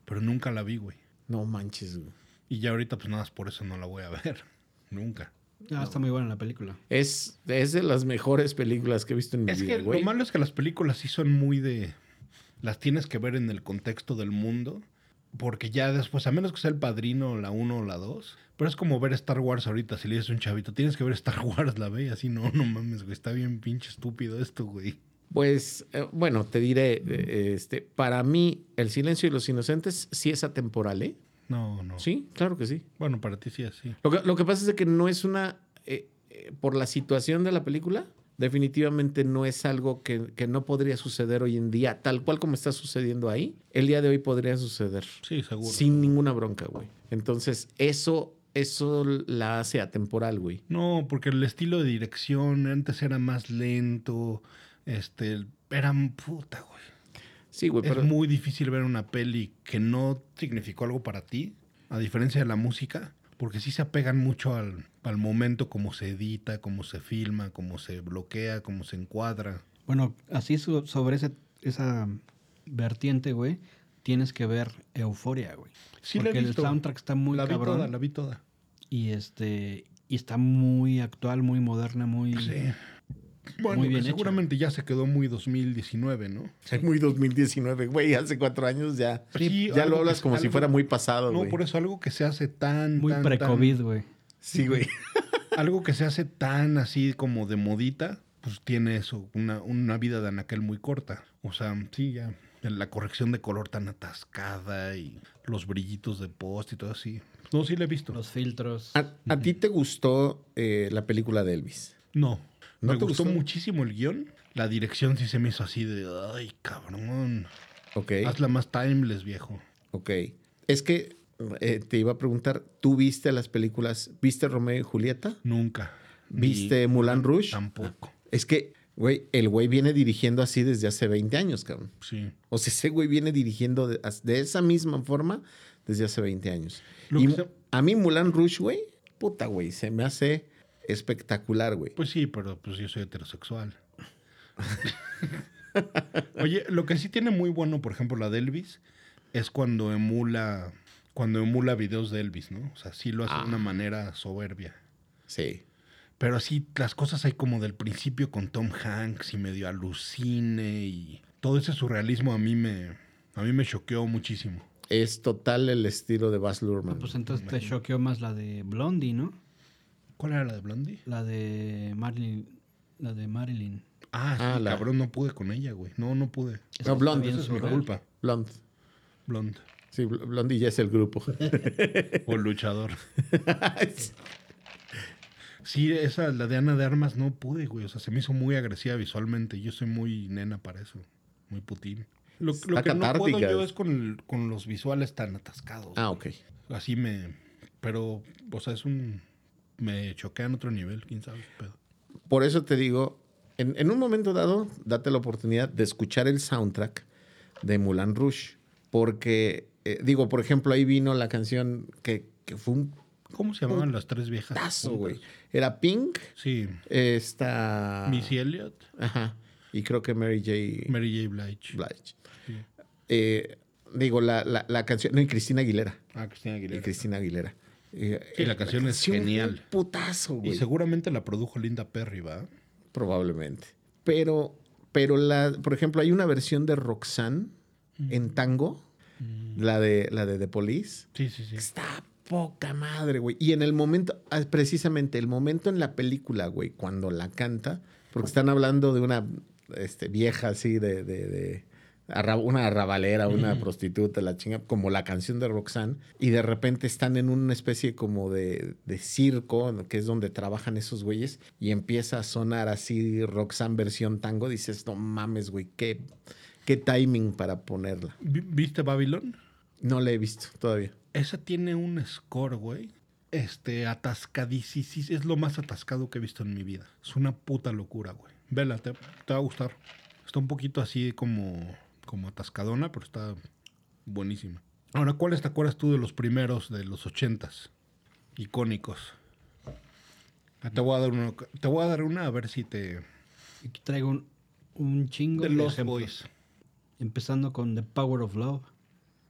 [SPEAKER 1] pero nunca la vi, güey.
[SPEAKER 2] No manches, güey.
[SPEAKER 1] Y ya ahorita pues nada, más por eso no la voy a ver. [laughs] Nunca.
[SPEAKER 3] Ah, está muy buena la película.
[SPEAKER 2] Es, es de las mejores películas que he visto en mi
[SPEAKER 1] Es
[SPEAKER 2] vida,
[SPEAKER 1] que
[SPEAKER 2] güey.
[SPEAKER 1] lo malo es que las películas sí son muy de... Las tienes que ver en el contexto del mundo, porque ya después, a menos que sea El Padrino, la 1 o la 2, pero es como ver Star Wars ahorita, si le dices a un chavito, tienes que ver Star [laughs] Wars, la ve y así, no, no mames, güey, está bien pinche estúpido esto, güey.
[SPEAKER 2] Pues, eh, bueno, te diré, eh, este, para mí, El silencio de los inocentes sí es atemporal, ¿eh?
[SPEAKER 1] No, no.
[SPEAKER 2] Sí, claro que sí.
[SPEAKER 1] Bueno, para ti sí, así.
[SPEAKER 2] Lo que, lo que pasa es de que no es una. eh, eh, por la situación de la película, definitivamente no es algo que, que no podría suceder hoy en día. Tal cual como está sucediendo ahí, el día de hoy podría suceder.
[SPEAKER 1] Sí, seguro.
[SPEAKER 2] Sin ninguna bronca, güey. Entonces, eso, eso la hace atemporal, güey.
[SPEAKER 1] No, porque el estilo de dirección antes era más lento, este, era puta, güey.
[SPEAKER 2] Sí, güey, pero.
[SPEAKER 1] Es muy difícil ver una peli que no significó algo para ti, a diferencia de la música, Porque sí se apegan mucho al, al momento, como se edita, cómo se filma, cómo se bloquea, cómo se encuadra.
[SPEAKER 3] Bueno, así so- sobre ese- esa vertiente, güey, tienes que ver Euforia, güey.
[SPEAKER 1] Sí, la he
[SPEAKER 3] Porque el
[SPEAKER 1] visto.
[SPEAKER 3] soundtrack está muy
[SPEAKER 1] la vi
[SPEAKER 3] cabrón.
[SPEAKER 1] toda, la vi toda.
[SPEAKER 3] Y este y está muy actual, muy moderna, muy
[SPEAKER 1] Pues Sí. Bueno,
[SPEAKER 3] Muy
[SPEAKER 1] que
[SPEAKER 3] bien hecha.
[SPEAKER 1] seguramente ya se quedó muy 2019, ¿no?
[SPEAKER 2] Es muy 2019, güey. Hace cuatro años ya.
[SPEAKER 1] Sí,
[SPEAKER 2] ya
[SPEAKER 1] algo
[SPEAKER 2] lo
[SPEAKER 1] que
[SPEAKER 2] hablas
[SPEAKER 1] es-
[SPEAKER 2] como si
[SPEAKER 1] algo-
[SPEAKER 2] fuera muy pasado,
[SPEAKER 1] No,
[SPEAKER 2] güey.
[SPEAKER 1] por eso algo que se hace tan...
[SPEAKER 3] muy
[SPEAKER 1] tan, tan-
[SPEAKER 3] pre-COVID, güey.
[SPEAKER 2] Sí, güey.
[SPEAKER 1] algo que se hace tan así como de modita, pues tiene eso, una, una vida de anaquel muy corta. O sea, sí, ya. La corrección de color tan atascada y los brillitos de post y todo así. No, sí la he visto.
[SPEAKER 3] Los filtros.
[SPEAKER 2] [laughs]
[SPEAKER 1] Ah,
[SPEAKER 2] ¿A, a ti te gustó eh, la película de Elvis?
[SPEAKER 1] No.
[SPEAKER 2] ¿No
[SPEAKER 1] me
[SPEAKER 2] te
[SPEAKER 1] gustó,
[SPEAKER 2] gustó?
[SPEAKER 1] muchísimo el guión. La dirección sí se me hizo así de, ay, cabrón.
[SPEAKER 2] Ok.
[SPEAKER 1] Hazla más timeless, viejo.
[SPEAKER 2] Ok. Es que eh, te iba a preguntar, ¿tú viste las películas? ¿Viste Romeo y Julieta?
[SPEAKER 1] Nunca. Ni
[SPEAKER 2] ¿Viste Mulan Rouge?
[SPEAKER 1] Tampoco.
[SPEAKER 2] Es que, güey, el güey viene dirigiendo así desde hace 20 años, cabrón.
[SPEAKER 1] Sí.
[SPEAKER 2] O sea, ese güey viene dirigiendo de, as- de esa misma forma desde hace 20 años.
[SPEAKER 1] Lo
[SPEAKER 2] Y
[SPEAKER 1] que se-
[SPEAKER 2] a mí Mulan Rouge, güey, puta, güey, se me hace espectacular, güey.
[SPEAKER 1] Pues sí, pero pues yo soy heterosexual. Oye, lo que sí tiene muy bueno, por ejemplo, la de Elvis, es cuando emula, cuando emula videos de Elvis, ¿no? O sea, sí lo hace
[SPEAKER 2] Ah.
[SPEAKER 1] de una manera soberbia.
[SPEAKER 2] Sí.
[SPEAKER 1] Pero así las cosas hay como del principio con Tom Hanks y medio alucine y todo ese surrealismo a mí me a mí me choqueó muchísimo.
[SPEAKER 2] Es total el estilo de Baz
[SPEAKER 1] Ah,
[SPEAKER 2] Luhrmann.
[SPEAKER 3] Pues entonces te choqueó más la de Blondie, ¿no?
[SPEAKER 1] ¿Cuál era la de Blondie?
[SPEAKER 3] La de Marilyn, la de Marilyn.
[SPEAKER 1] Ah, sí,
[SPEAKER 2] Ah, la-
[SPEAKER 1] cabrón, no pude con ella, güey. No, no pude.
[SPEAKER 2] No, Blonde.
[SPEAKER 3] Bien
[SPEAKER 1] Esa es mi
[SPEAKER 3] surreal.
[SPEAKER 1] culpa.
[SPEAKER 2] Blonde.
[SPEAKER 1] Blonde.
[SPEAKER 2] Sí, Bl- Blondie ya es el
[SPEAKER 1] [laughs]
[SPEAKER 2] grupo. [laughs]
[SPEAKER 1] O luchador.
[SPEAKER 2] Ah,
[SPEAKER 1] Sí, esa, la de Ana de Armas, no pude, güey. O sea, se me hizo muy agresiva visualmente. Yo soy muy nena para eso. Muy putín. Lo, lo
[SPEAKER 2] Está
[SPEAKER 1] que no puedo
[SPEAKER 2] catártica.
[SPEAKER 1] yo es con, el- con los visuales tan atascados.
[SPEAKER 2] ah, ok.
[SPEAKER 1] Así me... Pero, o sea, es un... Me choquea en otro nivel, quién sabe. qué pedo.
[SPEAKER 2] Por eso te digo, en, en un momento dado, date la oportunidad de escuchar el soundtrack de Mulan Rush. Porque, eh, digo, por ejemplo, ahí vino la canción que, que fue un
[SPEAKER 1] ¿Cómo se llamaban las tres viejas?
[SPEAKER 2] tazo,
[SPEAKER 1] juntas?
[SPEAKER 2] güey. Ah. Era Pink,
[SPEAKER 1] Sí.
[SPEAKER 2] esta...
[SPEAKER 1] Missy Elliott,
[SPEAKER 2] Ajá. Y creo que Mary J.
[SPEAKER 1] Mary J. Blige.
[SPEAKER 2] Blige.
[SPEAKER 1] Sí.
[SPEAKER 2] Eh, digo, la, la- la canción... No, y Cristina Aguilera.
[SPEAKER 1] Ah, Cristina
[SPEAKER 2] Y
[SPEAKER 1] Aguilera.
[SPEAKER 2] Cristina Aguilera. Eh,
[SPEAKER 1] Sí, la canción es
[SPEAKER 2] fue
[SPEAKER 1] genial.
[SPEAKER 2] Un putazo,
[SPEAKER 1] Y
[SPEAKER 2] güey.
[SPEAKER 1] seguramente la produjo Linda Perry, ¿va?
[SPEAKER 2] Probablemente. Pero, pero la, por ejemplo, hay una versión de Roxanne en tango, la de la de The Police.
[SPEAKER 1] Sí, sí, sí.
[SPEAKER 2] Está poca madre, güey. Y en el momento, ah, precisamente el momento en la película, güey, cuando la canta, porque están hablando de una este, vieja así, de, de- de arra- una arrabalera, una prostituta, la chinga, como la canción de Roxanne, y de repente están en una especie como de, de circo, ¿no? que es donde trabajan esos güeyes, y empieza a sonar así Roxanne versión tango, dices, no mames, güey, qué, qué timing para ponerla.
[SPEAKER 1] Vi- ¿Viste Babylon?
[SPEAKER 2] No la he visto todavía.
[SPEAKER 1] Esa tiene un score, güey. Este, atascadísimo. Es lo más atascado que he visto en mi vida. Es una puta locura, güey. Vela, te, te va a gustar. Está un poquito así como, como atascadona, pero está buenísima. Ahora, ¿cuáles te acuerdas tú de los primeros de los ochentas? Icónicos. Ah, Te voy a dar una, te voy a dar una a ver si te...
[SPEAKER 3] Aquí traigo un, un chingo
[SPEAKER 1] The
[SPEAKER 3] de
[SPEAKER 1] Lost
[SPEAKER 3] ejemplos.
[SPEAKER 1] Boys.
[SPEAKER 3] Empezando con The Power of Love.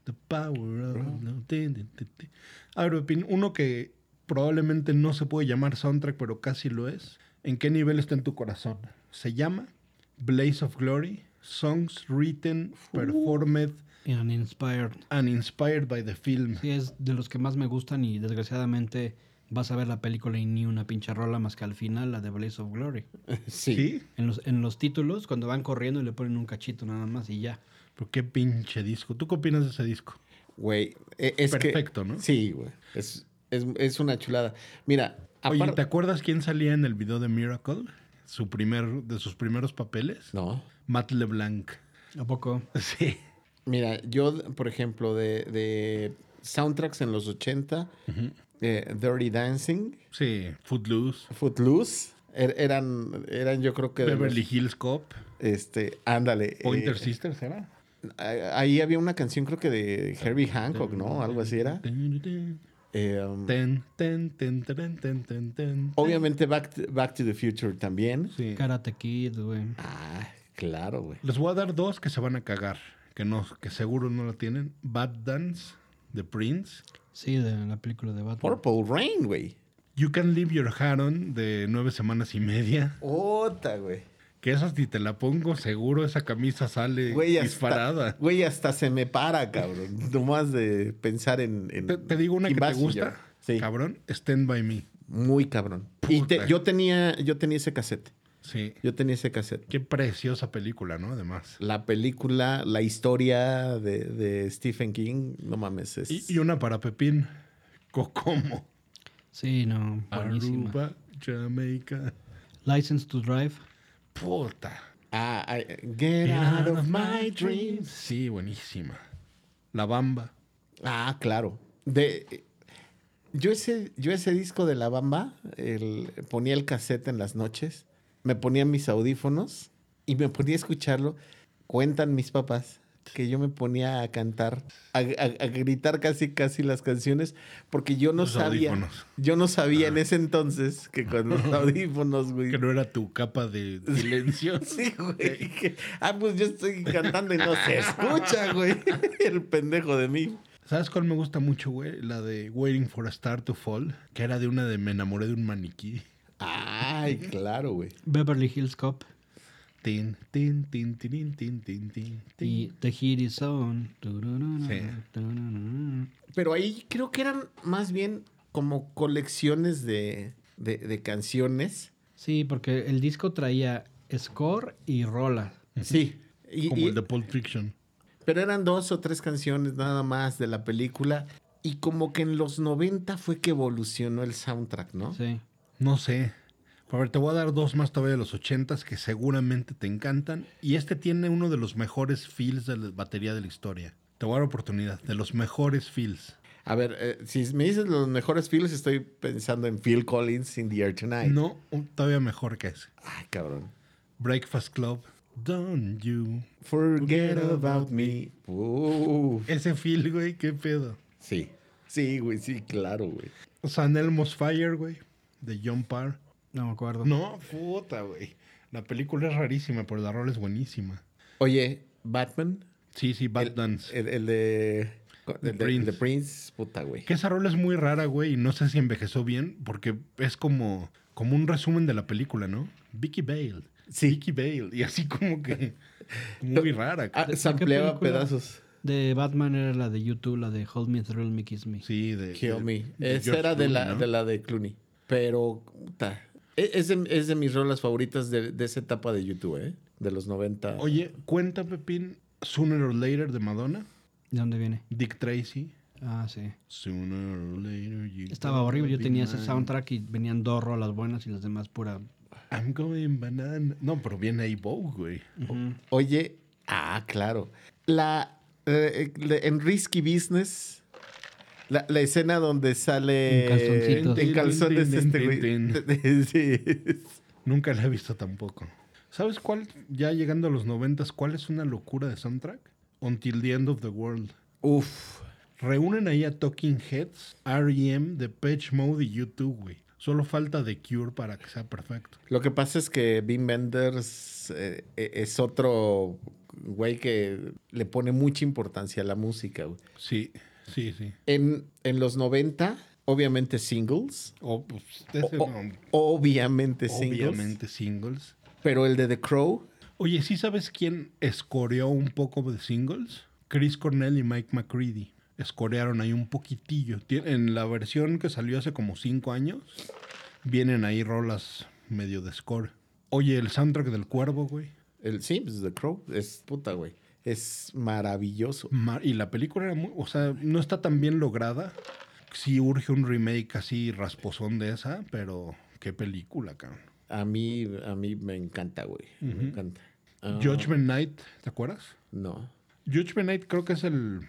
[SPEAKER 1] The power of love. Tin, tin, tin, tin. A ver, Pepín, uno que probablemente no se puede llamar soundtrack, pero casi lo es. ¿En qué nivel está en tu corazón? Se llama Blaze of Glory, Songs Written, Performed
[SPEAKER 3] And Inspired.
[SPEAKER 1] and Inspired by the Film.
[SPEAKER 3] Sí, es de los que más me gustan y desgraciadamente vas a ver la película y ni una pinche rola más que al final, la de Blaze of Glory.
[SPEAKER 1] ¿Sí?
[SPEAKER 3] En los, en los títulos, cuando van corriendo y le ponen un cachito nada más y ya.
[SPEAKER 1] Pero qué pinche disco. ¿Tú qué opinas de ese disco?
[SPEAKER 2] Güey, e- es que-
[SPEAKER 1] Perfecto, ¿no?
[SPEAKER 2] Sí, güey. Es, es- es una chulada. Mira,
[SPEAKER 1] Oye, ¿te
[SPEAKER 2] aparte...
[SPEAKER 1] acuerdas quién salía en el video de Miracle? Su primer, de sus primeros papeles.
[SPEAKER 2] No.
[SPEAKER 1] Matt LeBlanc.
[SPEAKER 3] ¿A poco?
[SPEAKER 1] Sí.
[SPEAKER 2] Mira, yo, por ejemplo, de, de soundtracks en los 80, eh, Dirty Dancing,
[SPEAKER 1] Sí. Footloose.
[SPEAKER 2] Footloose, er- eran, eran yo creo que... de los-
[SPEAKER 1] Beverly Hills Cop.
[SPEAKER 2] este, ándale. eh,
[SPEAKER 1] Pointer Sisters era.
[SPEAKER 2] ahí- Ahí había una canción creo que de Herbie Hancock, ¿no? Algo así era. Eh, um,
[SPEAKER 1] Ten, ten, ten, ten, ten, ten, ten.
[SPEAKER 2] obviamente Back to, Back to the Future también.
[SPEAKER 1] Sí.
[SPEAKER 3] Karate Kid, güey.
[SPEAKER 2] Ah, claro, güey.
[SPEAKER 1] Les voy a dar dos que se van a cagar, que no, que seguro no la tienen. Bad Dance de Prince,
[SPEAKER 3] Sí, de la película de Batman.
[SPEAKER 2] Purple Rain, güey.
[SPEAKER 1] You Can Leave Your Heart On de nueve semanas y media.
[SPEAKER 2] Ota, güey.
[SPEAKER 1] Que esa si te la pongo seguro esa camisa sale
[SPEAKER 2] Güey, hasta-
[SPEAKER 1] disparada.
[SPEAKER 2] Güey, hasta se me
[SPEAKER 1] [laughs]
[SPEAKER 2] para, cabrón. Nomás de pensar en. en
[SPEAKER 1] Te, te digo una
[SPEAKER 2] Kim
[SPEAKER 1] que te
[SPEAKER 2] Basinger.
[SPEAKER 1] gusta,
[SPEAKER 2] Sí.
[SPEAKER 1] cabrón. Stand by Me.
[SPEAKER 2] Muy cabrón. Y te-
[SPEAKER 1] Puta.
[SPEAKER 2] yo tenía, yo tenía ese cassette.
[SPEAKER 1] Sí.
[SPEAKER 2] Yo tenía ese cassette.
[SPEAKER 1] Qué preciosa película, ¿no? Además.
[SPEAKER 2] La película, la historia de, de Stephen King, no mames. Es...
[SPEAKER 1] Y, y una para Pepín. Cocomo.
[SPEAKER 3] Sí, no, buenísima.
[SPEAKER 1] Aruba, Jamaica.
[SPEAKER 3] License to Drive.
[SPEAKER 1] Puta.
[SPEAKER 2] Ah, I- get out of my dreams.
[SPEAKER 1] Sí, buenísima. La Bamba.
[SPEAKER 2] Ah, claro. De, yo, ese, yo ese disco de La Bamba, el- ponía el cassette en las noches, me ponía mis audífonos y me ponía a escucharlo. Cuentan mis papás que yo me ponía a cantar, a, a- a gritar casi casi las canciones, porque yo no
[SPEAKER 1] Los
[SPEAKER 2] sabía,
[SPEAKER 1] audífonos. Ah.
[SPEAKER 2] yo no sabía en ese entonces que con
[SPEAKER 1] [laughs]
[SPEAKER 2] los audífonos, güey.
[SPEAKER 1] Que no era tu capa de
[SPEAKER 2] [laughs]
[SPEAKER 1] silencio.
[SPEAKER 2] Sí, güey. que- Ah, pues yo estoy cantando y no se escucha, güey. [laughs] El pendejo de mí.
[SPEAKER 1] ¿Sabes cuál me gusta mucho, güey? La de Waiting for a Star to Fall. Que era de una de Me enamoré de un maniquí.
[SPEAKER 2] Ay, claro, güey.
[SPEAKER 3] Beverly Hills Cop.
[SPEAKER 1] Tin, tin, tin, tin, tin, tin, tin,
[SPEAKER 3] Y
[SPEAKER 1] tin.
[SPEAKER 3] The Hit Is On.
[SPEAKER 1] Sí.
[SPEAKER 2] Pero ahí creo que eran más bien como colecciones de, de- de canciones.
[SPEAKER 3] Sí, porque el disco traía score y rolas.
[SPEAKER 2] Sí. Y-
[SPEAKER 1] Como
[SPEAKER 2] y-
[SPEAKER 1] el de Pulp Fiction.
[SPEAKER 2] pero eran dos o tres canciones nada más de la película. Y como que en los 90 fue que evolucionó el soundtrack, ¿no?
[SPEAKER 3] Sí.
[SPEAKER 1] No sé. A ver, te voy a dar dos más todavía de los ochentas que seguramente te encantan. Y este tiene uno de los mejores feels de la batería de la historia. Te voy a dar oportunidad. De los mejores feels.
[SPEAKER 2] A ver, eh, si me dices los mejores feels, estoy pensando en Phil Collins, In the Air Tonight.
[SPEAKER 1] No, un- todavía mejor que ese.
[SPEAKER 2] Ay, cabrón.
[SPEAKER 1] Breakfast Club. Don't you.
[SPEAKER 2] Forget about me. Uf.
[SPEAKER 1] Ese feel, güey, qué pedo.
[SPEAKER 2] Sí. Sí, güey, sí, claro, güey.
[SPEAKER 1] San Elmo's Fire, güey. De John Parr.
[SPEAKER 3] No me acuerdo.
[SPEAKER 1] No, puta, güey. La película es rarísima, pero la rola es buenísima.
[SPEAKER 2] Oye, Batman.
[SPEAKER 1] Sí, sí, Bad
[SPEAKER 2] el,
[SPEAKER 1] Dance.
[SPEAKER 2] El, el de. El de,
[SPEAKER 1] Prince.
[SPEAKER 2] el de Prince, puta, güey.
[SPEAKER 1] Que esa rola es muy rara, güey, y no sé si envejeció bien, porque es como, como un resumen de la película, ¿no? Vicky Bale.
[SPEAKER 2] Sí.
[SPEAKER 1] Vicky Bale. Y así como
[SPEAKER 2] [laughs]
[SPEAKER 1] que. Muy rara.
[SPEAKER 2] Ah,
[SPEAKER 3] ¿De- de
[SPEAKER 2] sampleaba
[SPEAKER 3] qué película?
[SPEAKER 2] pedazos.
[SPEAKER 3] De Batman era la de YouTube, la de Hold Me Thrill Me Kiss Me.
[SPEAKER 1] Sí, de.
[SPEAKER 2] Kill
[SPEAKER 1] de-
[SPEAKER 2] me.
[SPEAKER 1] de
[SPEAKER 2] Esa
[SPEAKER 1] George
[SPEAKER 2] era de la,
[SPEAKER 1] Clooney, ¿no?
[SPEAKER 2] de la de Clooney. Pero, puta. E- Es de, es de mis rolas favoritas de, de esa etapa de YouTube, ¿eh? De los 90.
[SPEAKER 1] Oye, cuenta, Pepín, Sooner or Later de Madonna.
[SPEAKER 3] ¿De dónde viene?
[SPEAKER 1] Dick Tracy.
[SPEAKER 3] Ah, sí.
[SPEAKER 1] Sooner or later you
[SPEAKER 3] Estaba
[SPEAKER 1] gonna
[SPEAKER 3] horrible. Yo
[SPEAKER 1] be
[SPEAKER 3] tenía ese
[SPEAKER 1] mine.
[SPEAKER 3] soundtrack y venían dos rolas buenas y las demás pura.
[SPEAKER 1] I'm going banana. No, pero viene ahí Bow, güey.
[SPEAKER 3] Ujú.
[SPEAKER 2] Oye, ah, claro. La. eh, eh, en Risky Business. La, la escena donde sale.
[SPEAKER 3] En calzoncitos.
[SPEAKER 2] En calzones
[SPEAKER 1] Tin, tin,
[SPEAKER 2] este
[SPEAKER 1] tin,
[SPEAKER 2] güey. [laughs] Sí.
[SPEAKER 1] Nunca la he visto tampoco. ¿Sabes cuál? Ya llegando a los noventas, ¿cuál es una locura de soundtrack? Until the End of the World.
[SPEAKER 2] Uf.
[SPEAKER 1] Reúnen ahí a Talking Heads, R.E.M., Depeche Mode y YouTube, güey. Solo falta The Cure para que sea perfecto.
[SPEAKER 2] Lo que pasa es que Bean Benders eh, eh, es otro güey que le pone mucha importancia a la música. güey.
[SPEAKER 1] Sí, sí, sí.
[SPEAKER 2] En, en los 90, obviamente singles.
[SPEAKER 1] O, pues, ese
[SPEAKER 2] O-
[SPEAKER 1] no,
[SPEAKER 2] o- obviamente singles.
[SPEAKER 1] obviamente singles.
[SPEAKER 2] Pero el de The Crow,
[SPEAKER 1] Oye, ¿sí sabes quién escoreó un poco de singles? Chris Cornell y Mike McCready. Escorearon ahí un poquitillo. Tien- En la versión que salió hace como cinco años, vienen ahí rolas medio de score. Oye, el soundtrack del cuervo, güey.
[SPEAKER 2] el, sí, pues The Crow es puta, güey. Es maravilloso.
[SPEAKER 1] Ma- y la película era muy. O sea, no está tan bien lograda. Sí urge un remake así rasposón de esa, pero qué película, cabrón.
[SPEAKER 2] A mí, a mí me encanta, güey. Me encanta. Ah,
[SPEAKER 1] Judgment Night, ¿te acuerdas?
[SPEAKER 2] No.
[SPEAKER 1] Judgment Night creo que es el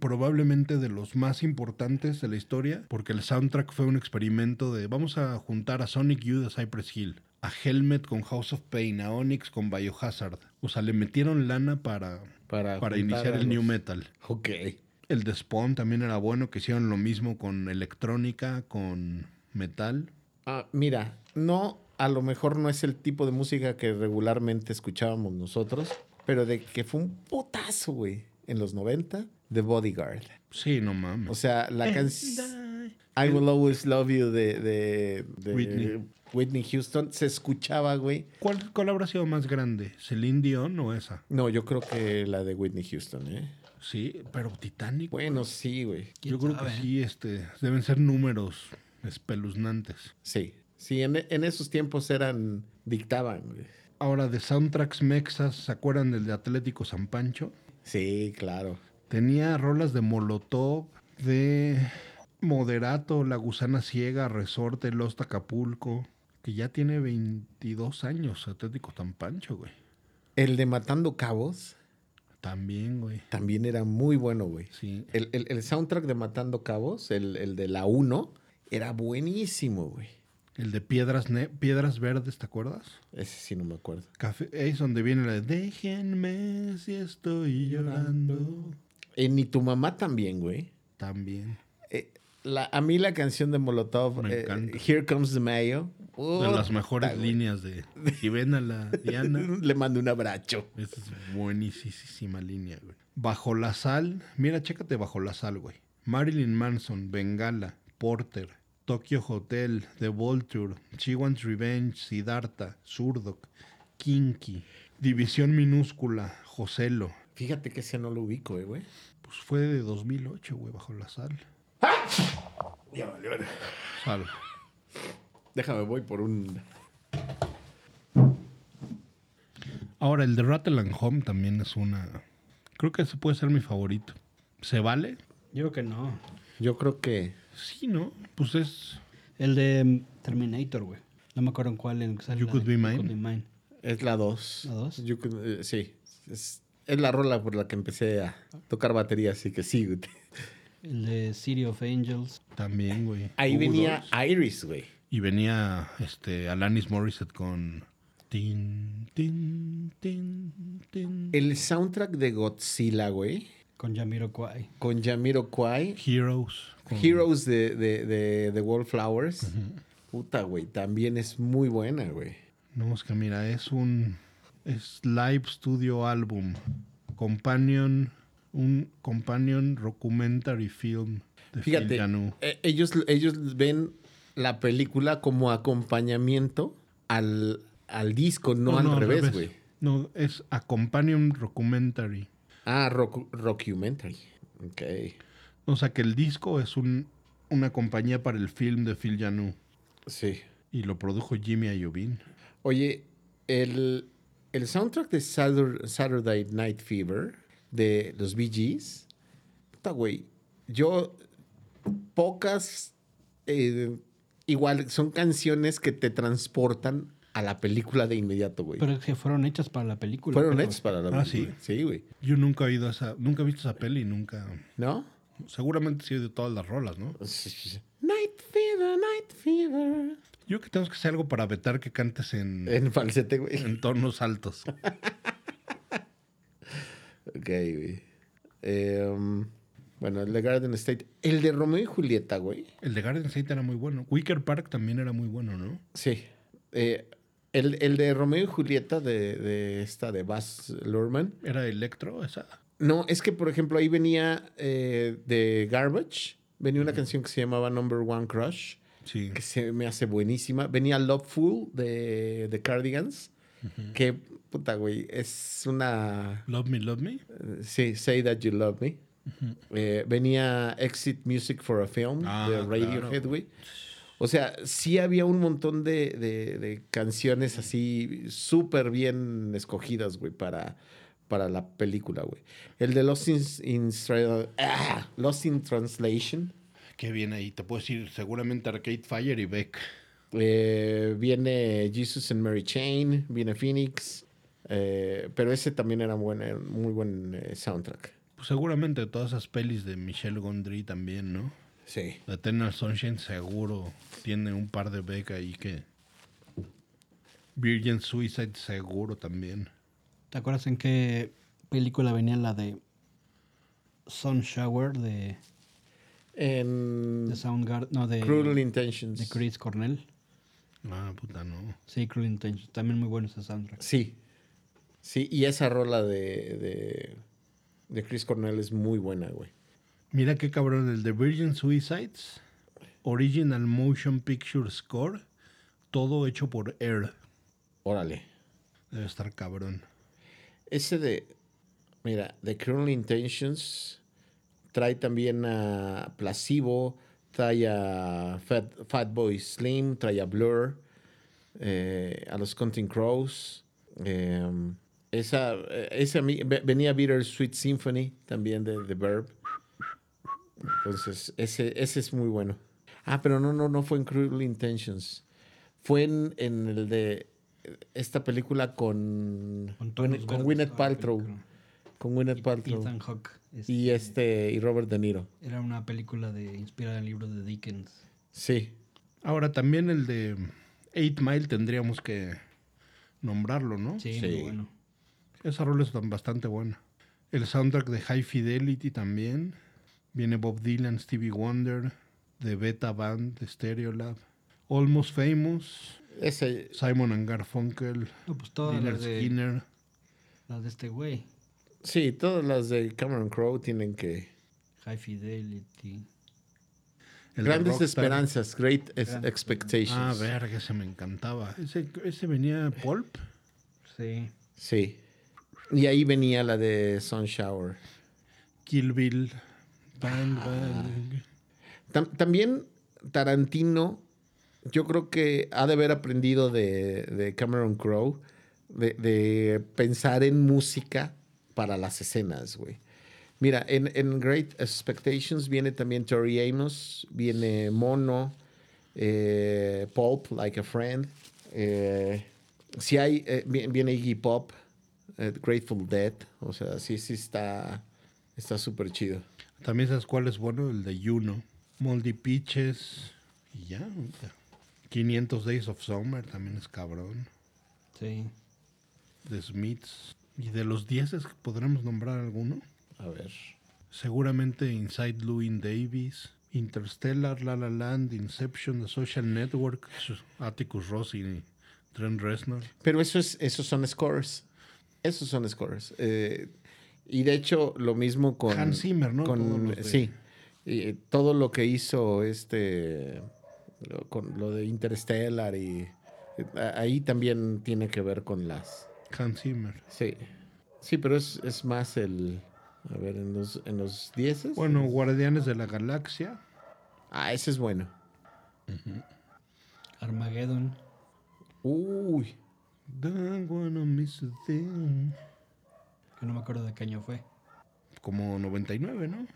[SPEAKER 1] probablemente de los más importantes de la historia, porque el soundtrack fue un experimento de vamos a juntar a Sonic Youth de Cypress Hill, a Helmet con House of Pain, a Onyx con Biohazard. O sea, le metieron lana para,
[SPEAKER 2] Para,
[SPEAKER 1] para
[SPEAKER 2] juntar
[SPEAKER 1] iniciar
[SPEAKER 2] a
[SPEAKER 1] el new
[SPEAKER 2] los-
[SPEAKER 1] metal.
[SPEAKER 2] Ok.
[SPEAKER 1] El de Spawn también era bueno, que hicieron lo mismo con electrónica, con metal.
[SPEAKER 2] Ah, mira, no, a lo mejor no es el tipo de música que regularmente escuchábamos nosotros, pero de que fue un putazo, güey, en los 90, The Bodyguard.
[SPEAKER 1] Sí, no
[SPEAKER 2] O
[SPEAKER 1] mames.
[SPEAKER 2] sea, la canción I Will Always Love You de, de- de
[SPEAKER 1] Whitney.
[SPEAKER 2] Whitney. Houston se escuchaba, güey.
[SPEAKER 1] ¿Cuál, ¿Cuál habrá sido más grande? ¿Celine Dion o esa?
[SPEAKER 2] No, yo creo que la de Whitney Houston, ¿eh?
[SPEAKER 1] Sí, pero Titanic.
[SPEAKER 2] Bueno, sí, güey.
[SPEAKER 1] Yo creo que sí, este, deben ser números espeluznantes.
[SPEAKER 2] Sí. Sí, en, en esos tiempos eran, dictaban, güey.
[SPEAKER 1] Ahora, de soundtracks mexas, ¿se acuerdan del de Atlético San Pancho?
[SPEAKER 2] Sí, claro.
[SPEAKER 1] Tenía rolas de Molotov, de Moderato, La Gusana Ciega, Resorte, Los Acapulco, que ya tiene 22 años Atlético San Pancho, güey.
[SPEAKER 2] El de Matando Cabos
[SPEAKER 1] También, güey.
[SPEAKER 2] también era muy bueno, güey.
[SPEAKER 1] Sí.
[SPEAKER 2] El, el- el soundtrack de Matando Cabos, el, el de la 1, era buenísimo, güey.
[SPEAKER 1] El de Piedras, Ne- Piedras Verdes, ¿te acuerdas?
[SPEAKER 2] Ese sí no me acuerdo.
[SPEAKER 1] Café, es donde viene la de Déjenme si estoy llorando.
[SPEAKER 2] Eh, ni tu mamá también, güey.
[SPEAKER 1] También.
[SPEAKER 2] Eh, la- a mí la canción de Molotov,
[SPEAKER 1] Me
[SPEAKER 2] eh,
[SPEAKER 1] encanta.
[SPEAKER 2] Here Comes the Mayo.
[SPEAKER 1] De las
[SPEAKER 2] puta,
[SPEAKER 1] mejores
[SPEAKER 2] güey.
[SPEAKER 1] líneas
[SPEAKER 2] [laughs]
[SPEAKER 1] de... Si ven a la Diana...
[SPEAKER 2] Le mando un abrazo.
[SPEAKER 1] Esa es buenísima línea, güey. Bajo la sal. Mira, chécate bajo la sal, güey. Marilyn Manson, Bengala, Porter, Tokyo Hotel, The Vulture, Chiwan's Revenge, Siddhartha, Zurdok, Kinky, División Minúscula, Joselo.
[SPEAKER 2] Fíjate que ese no lo ubico, eh, güey.
[SPEAKER 1] Pues fue de 2008, güey, bajo la sal.
[SPEAKER 2] Ya vale, vale.
[SPEAKER 1] Sal.
[SPEAKER 2] Déjame, voy por un...
[SPEAKER 1] Ahora, el de Rattle and Home también es una... Creo que ese puede ser mi favorito. ¿Se vale?
[SPEAKER 3] Yo creo que no.
[SPEAKER 2] Yo creo que...
[SPEAKER 1] Sí, ¿no? Pues es...
[SPEAKER 3] El de mm, Terminator, güey. No me acuerdo en cuál. En, sale
[SPEAKER 1] You
[SPEAKER 3] la
[SPEAKER 1] Could
[SPEAKER 3] de
[SPEAKER 1] Be Mine.
[SPEAKER 2] Es la 2.
[SPEAKER 3] ¿La dos?
[SPEAKER 2] eh, sí. Es, es la rola por la que empecé a tocar batería, así que sí. güey.
[SPEAKER 3] El de City of Angels.
[SPEAKER 1] También, güey.
[SPEAKER 2] Ahí
[SPEAKER 1] Hubo
[SPEAKER 2] venía
[SPEAKER 1] dos.
[SPEAKER 2] Iris, güey.
[SPEAKER 1] Y venía este Alanis Morissette con tin tin tin tin
[SPEAKER 2] El soundtrack de Godzilla, güey,
[SPEAKER 3] Con Yamiro Kwai.
[SPEAKER 2] con Yamiro Kwai,
[SPEAKER 1] Heroes con-
[SPEAKER 2] Heroes de, de, de, de Wallflowers. Puta, güey, también es muy buena, güey.
[SPEAKER 1] No, es que mira, es un es live studio album companion un companion documentary film de Phil
[SPEAKER 2] Fíjate,
[SPEAKER 1] Janu.
[SPEAKER 2] eh, ellos, ellos ven la película como acompañamiento al, al disco, no, al revés, güey.
[SPEAKER 1] No, es a companion documentary.
[SPEAKER 2] Ah, rock, rockumentary. Ok.
[SPEAKER 1] O sea, que el disco es un una compañía para el film de Phil Janu
[SPEAKER 2] Sí.
[SPEAKER 1] y lo produjo Jimmy Ayubin.
[SPEAKER 2] Oye, el, el soundtrack de Satur- Saturday Night Fever de los Bee Gees, puta güey, yo pocas, eh, igual son canciones que te transportan a la película de inmediato, güey.
[SPEAKER 3] Pero es que fueron hechas para la película.
[SPEAKER 2] Fueron
[SPEAKER 3] creo.
[SPEAKER 2] hechas para la
[SPEAKER 1] Ah,
[SPEAKER 2] película. Sí, güey.
[SPEAKER 1] Yo nunca he oído esa, nunca he visto esa peli, nunca.
[SPEAKER 2] ¿No?
[SPEAKER 1] Seguramente sí he oído todas las rolas, ¿no?
[SPEAKER 2] Night Fever, Night Fever.
[SPEAKER 1] Yo creo que tenemos que hacer algo para vetar que cantes en,
[SPEAKER 2] En falsete, güey.
[SPEAKER 1] en tonos altos.
[SPEAKER 2] Ok, güey. Em, bueno, el de Garden State. El de Romeo y Julieta, güey.
[SPEAKER 1] El de Garden State era muy bueno. Wicker Park también era muy bueno, ¿no?
[SPEAKER 2] Sí. Eh, el, el de Romeo y Julieta de, de esta de Baz Luhrmann.
[SPEAKER 1] Era Electro, esa.
[SPEAKER 2] No, es que por ejemplo ahí venía eh, de Garbage. Venía una canción que se llamaba Number One Crush,
[SPEAKER 1] Sí.
[SPEAKER 2] que se me hace buenísima. Venía Loveful de, de Cardigans, que puta güey, es una...
[SPEAKER 1] Love Me, Love Me.
[SPEAKER 2] eh, Sí, Say That You Love Me. Eh, venía Exit Music for a Film
[SPEAKER 1] Ah,
[SPEAKER 2] de Radiohead,
[SPEAKER 1] claro,
[SPEAKER 2] güey. O sea, sí había un montón de, de- de canciones así súper bien escogidas, güey, para, para la película, güey. El de Lost in, in Tra- ah, Lost in Translation
[SPEAKER 1] Qué bien ahí. Te puedo decir seguramente Arcade Fire y Beck.
[SPEAKER 2] Eh, viene Jesus and Mary Chain, viene Phoenix, eh, pero ese también era buen- era un muy buen eh, soundtrack.
[SPEAKER 1] Pues seguramente todas esas pelis de Michelle Gondry también, ¿no?
[SPEAKER 2] Sí.
[SPEAKER 1] La Eternal Sunshine seguro tiene un par de Beck ahí que... Virgin Suicide seguro también.
[SPEAKER 3] ¿Te acuerdas en qué película venía la de Sun Shower de,
[SPEAKER 2] En
[SPEAKER 3] de Soundgarden, no, de,
[SPEAKER 2] Cruel
[SPEAKER 3] Eh, de
[SPEAKER 2] Intentions.
[SPEAKER 3] Chris Cornell.
[SPEAKER 1] Ah, puta, no.
[SPEAKER 3] Sí, Cruel Intentions, también muy bueno ese soundtrack.
[SPEAKER 2] Sí. Sí, y esa rola de, de, de Chris Cornell es muy buena, güey.
[SPEAKER 1] Mira qué cabrón, el de Virgin Suicides, Original Motion Picture Score, todo hecho por Air.
[SPEAKER 2] Órale.
[SPEAKER 1] Debe estar cabrón.
[SPEAKER 2] Ese de. Mira, The Cruel Intentions trae también a Placebo, trae a Fat, Fatboy Slim, trae a Blur, eh, a los Counting Crows. eh, esa, eh, ese a mí- ve- venía Bitter Sweet Symphony también de The Verb. Entonces, ese, ese es muy bueno. Ah, pero no, no, no fue en Cruel Intentions. Fue en, en el de eh, esta película con,
[SPEAKER 3] Con Ah,
[SPEAKER 2] con,
[SPEAKER 3] tonos verdes,
[SPEAKER 2] Winnet
[SPEAKER 3] toda la
[SPEAKER 2] Paltrow.
[SPEAKER 3] película.
[SPEAKER 2] Con Winnet Paltrow.
[SPEAKER 3] Ethan Hawke. es-
[SPEAKER 2] Y este, y Robert De Niro.
[SPEAKER 3] Era una película de inspirada en el libro de Dickens.
[SPEAKER 2] Sí.
[SPEAKER 1] Ahora también el de Eight Mile tendríamos que nombrarlo, ¿no?
[SPEAKER 3] Sí,
[SPEAKER 2] Sí.
[SPEAKER 3] muy bueno.
[SPEAKER 1] Esa rola es tan- bastante buena. El soundtrack de High Fidelity también. Viene Bob Dylan, Stevie Wonder, The Beta Band, de Stereolab, Almost Famous,
[SPEAKER 2] Ese,
[SPEAKER 1] Simon and Garfunkel,
[SPEAKER 3] No, pues todas
[SPEAKER 1] Leonard
[SPEAKER 3] las de,
[SPEAKER 1] Skinner.
[SPEAKER 3] las de este güey.
[SPEAKER 2] sí, todas las de Cameron Crowe tienen que.
[SPEAKER 3] High Fidelity.
[SPEAKER 1] el de
[SPEAKER 2] Grandes
[SPEAKER 1] Rockstar.
[SPEAKER 2] esperanzas, great es-
[SPEAKER 3] Grandes
[SPEAKER 2] expectations.
[SPEAKER 1] Ah, verga, ese me encantaba. Ese, ese venía Pulp.
[SPEAKER 3] Sí.
[SPEAKER 2] Sí. Y ahí venía la de Sun Shower.
[SPEAKER 1] Kill Bill. Bang,
[SPEAKER 2] Ah.
[SPEAKER 1] bang.
[SPEAKER 2] Tam- también Tarantino, yo creo que ha de haber aprendido de, de Cameron Crowe de, de pensar en música para las escenas, güey. Mira, en, en Great Expectations viene también Tori Amos, viene Mono, eh, Pulp, Like a Friend. eh, si hay, eh, vi- viene Iggy Pop, eh, Grateful Dead. O sea, sí, sí está está súper chido.
[SPEAKER 1] También sabes cuál es bueno, el de Juno. Moldy Peaches. Y ya. ahorita. 500 Days of Summer también es cabrón.
[SPEAKER 3] Sí.
[SPEAKER 1] De Smiths. Y de los 10 es que podremos nombrar alguno.
[SPEAKER 2] A ver.
[SPEAKER 1] Seguramente Inside Llewyn Davis. Interstellar, La La Land, Inception, The Social Network, Atticus Ross y Trent Reznor.
[SPEAKER 2] Pero eso es, esos son scores. Esos son scores. Eh, y de hecho, lo mismo con.
[SPEAKER 1] Hans Zimmer, ¿no?
[SPEAKER 2] con-
[SPEAKER 1] Todos los de-
[SPEAKER 2] Sí. Y, eh, todo lo que hizo este. lo- con lo de Interstellar y. eh, a- ahí también tiene que ver con las.
[SPEAKER 1] Hans Zimmer.
[SPEAKER 2] Sí. Sí, pero es, es más el. A ver, en los, en los dieces.
[SPEAKER 1] Bueno, Guardianes de la Galaxia.
[SPEAKER 2] Ah, ese es bueno.
[SPEAKER 3] Armageddon.
[SPEAKER 2] Uy.
[SPEAKER 1] Don't wanna miss a thing.
[SPEAKER 3] Que no me acuerdo de qué año fue.
[SPEAKER 1] Como 99, ¿no?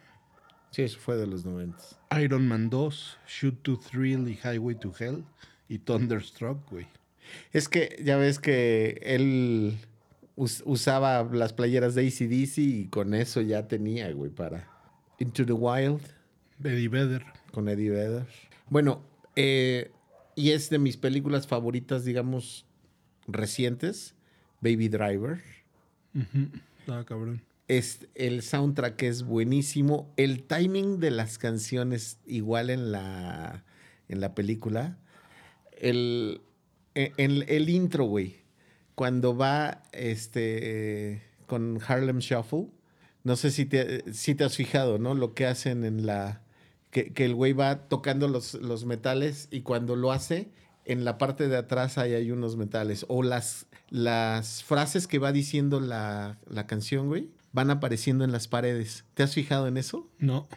[SPEAKER 2] Sí, eso fue de los 90.
[SPEAKER 1] Iron Man 2, Shoot to Thrill y Highway to Hell y Thunderstruck, güey.
[SPEAKER 2] Es que ya ves que él us- usaba las playeras de ACDC y con eso ya tenía, güey, para Into the Wild
[SPEAKER 1] Eddie Vedder.
[SPEAKER 2] con Eddie Vedder. Bueno, eh, y es de mis películas favoritas, digamos, recientes, Baby Driver.
[SPEAKER 1] Ah, cabrón.
[SPEAKER 2] Es, el soundtrack es buenísimo. El timing de las canciones, igual en la, en la película. El, en- en- el intro, güey. Cuando va este, eh, con Harlem Shuffle. No sé si te, si te has fijado, ¿no? Lo que hacen en la... Que, que el güey va tocando los, los metales y cuando lo hace, en la parte de atrás ahí hay unos metales. O las, las frases que va diciendo la, la canción, güey, van apareciendo en las paredes. ¿Te has fijado en eso?
[SPEAKER 1] No.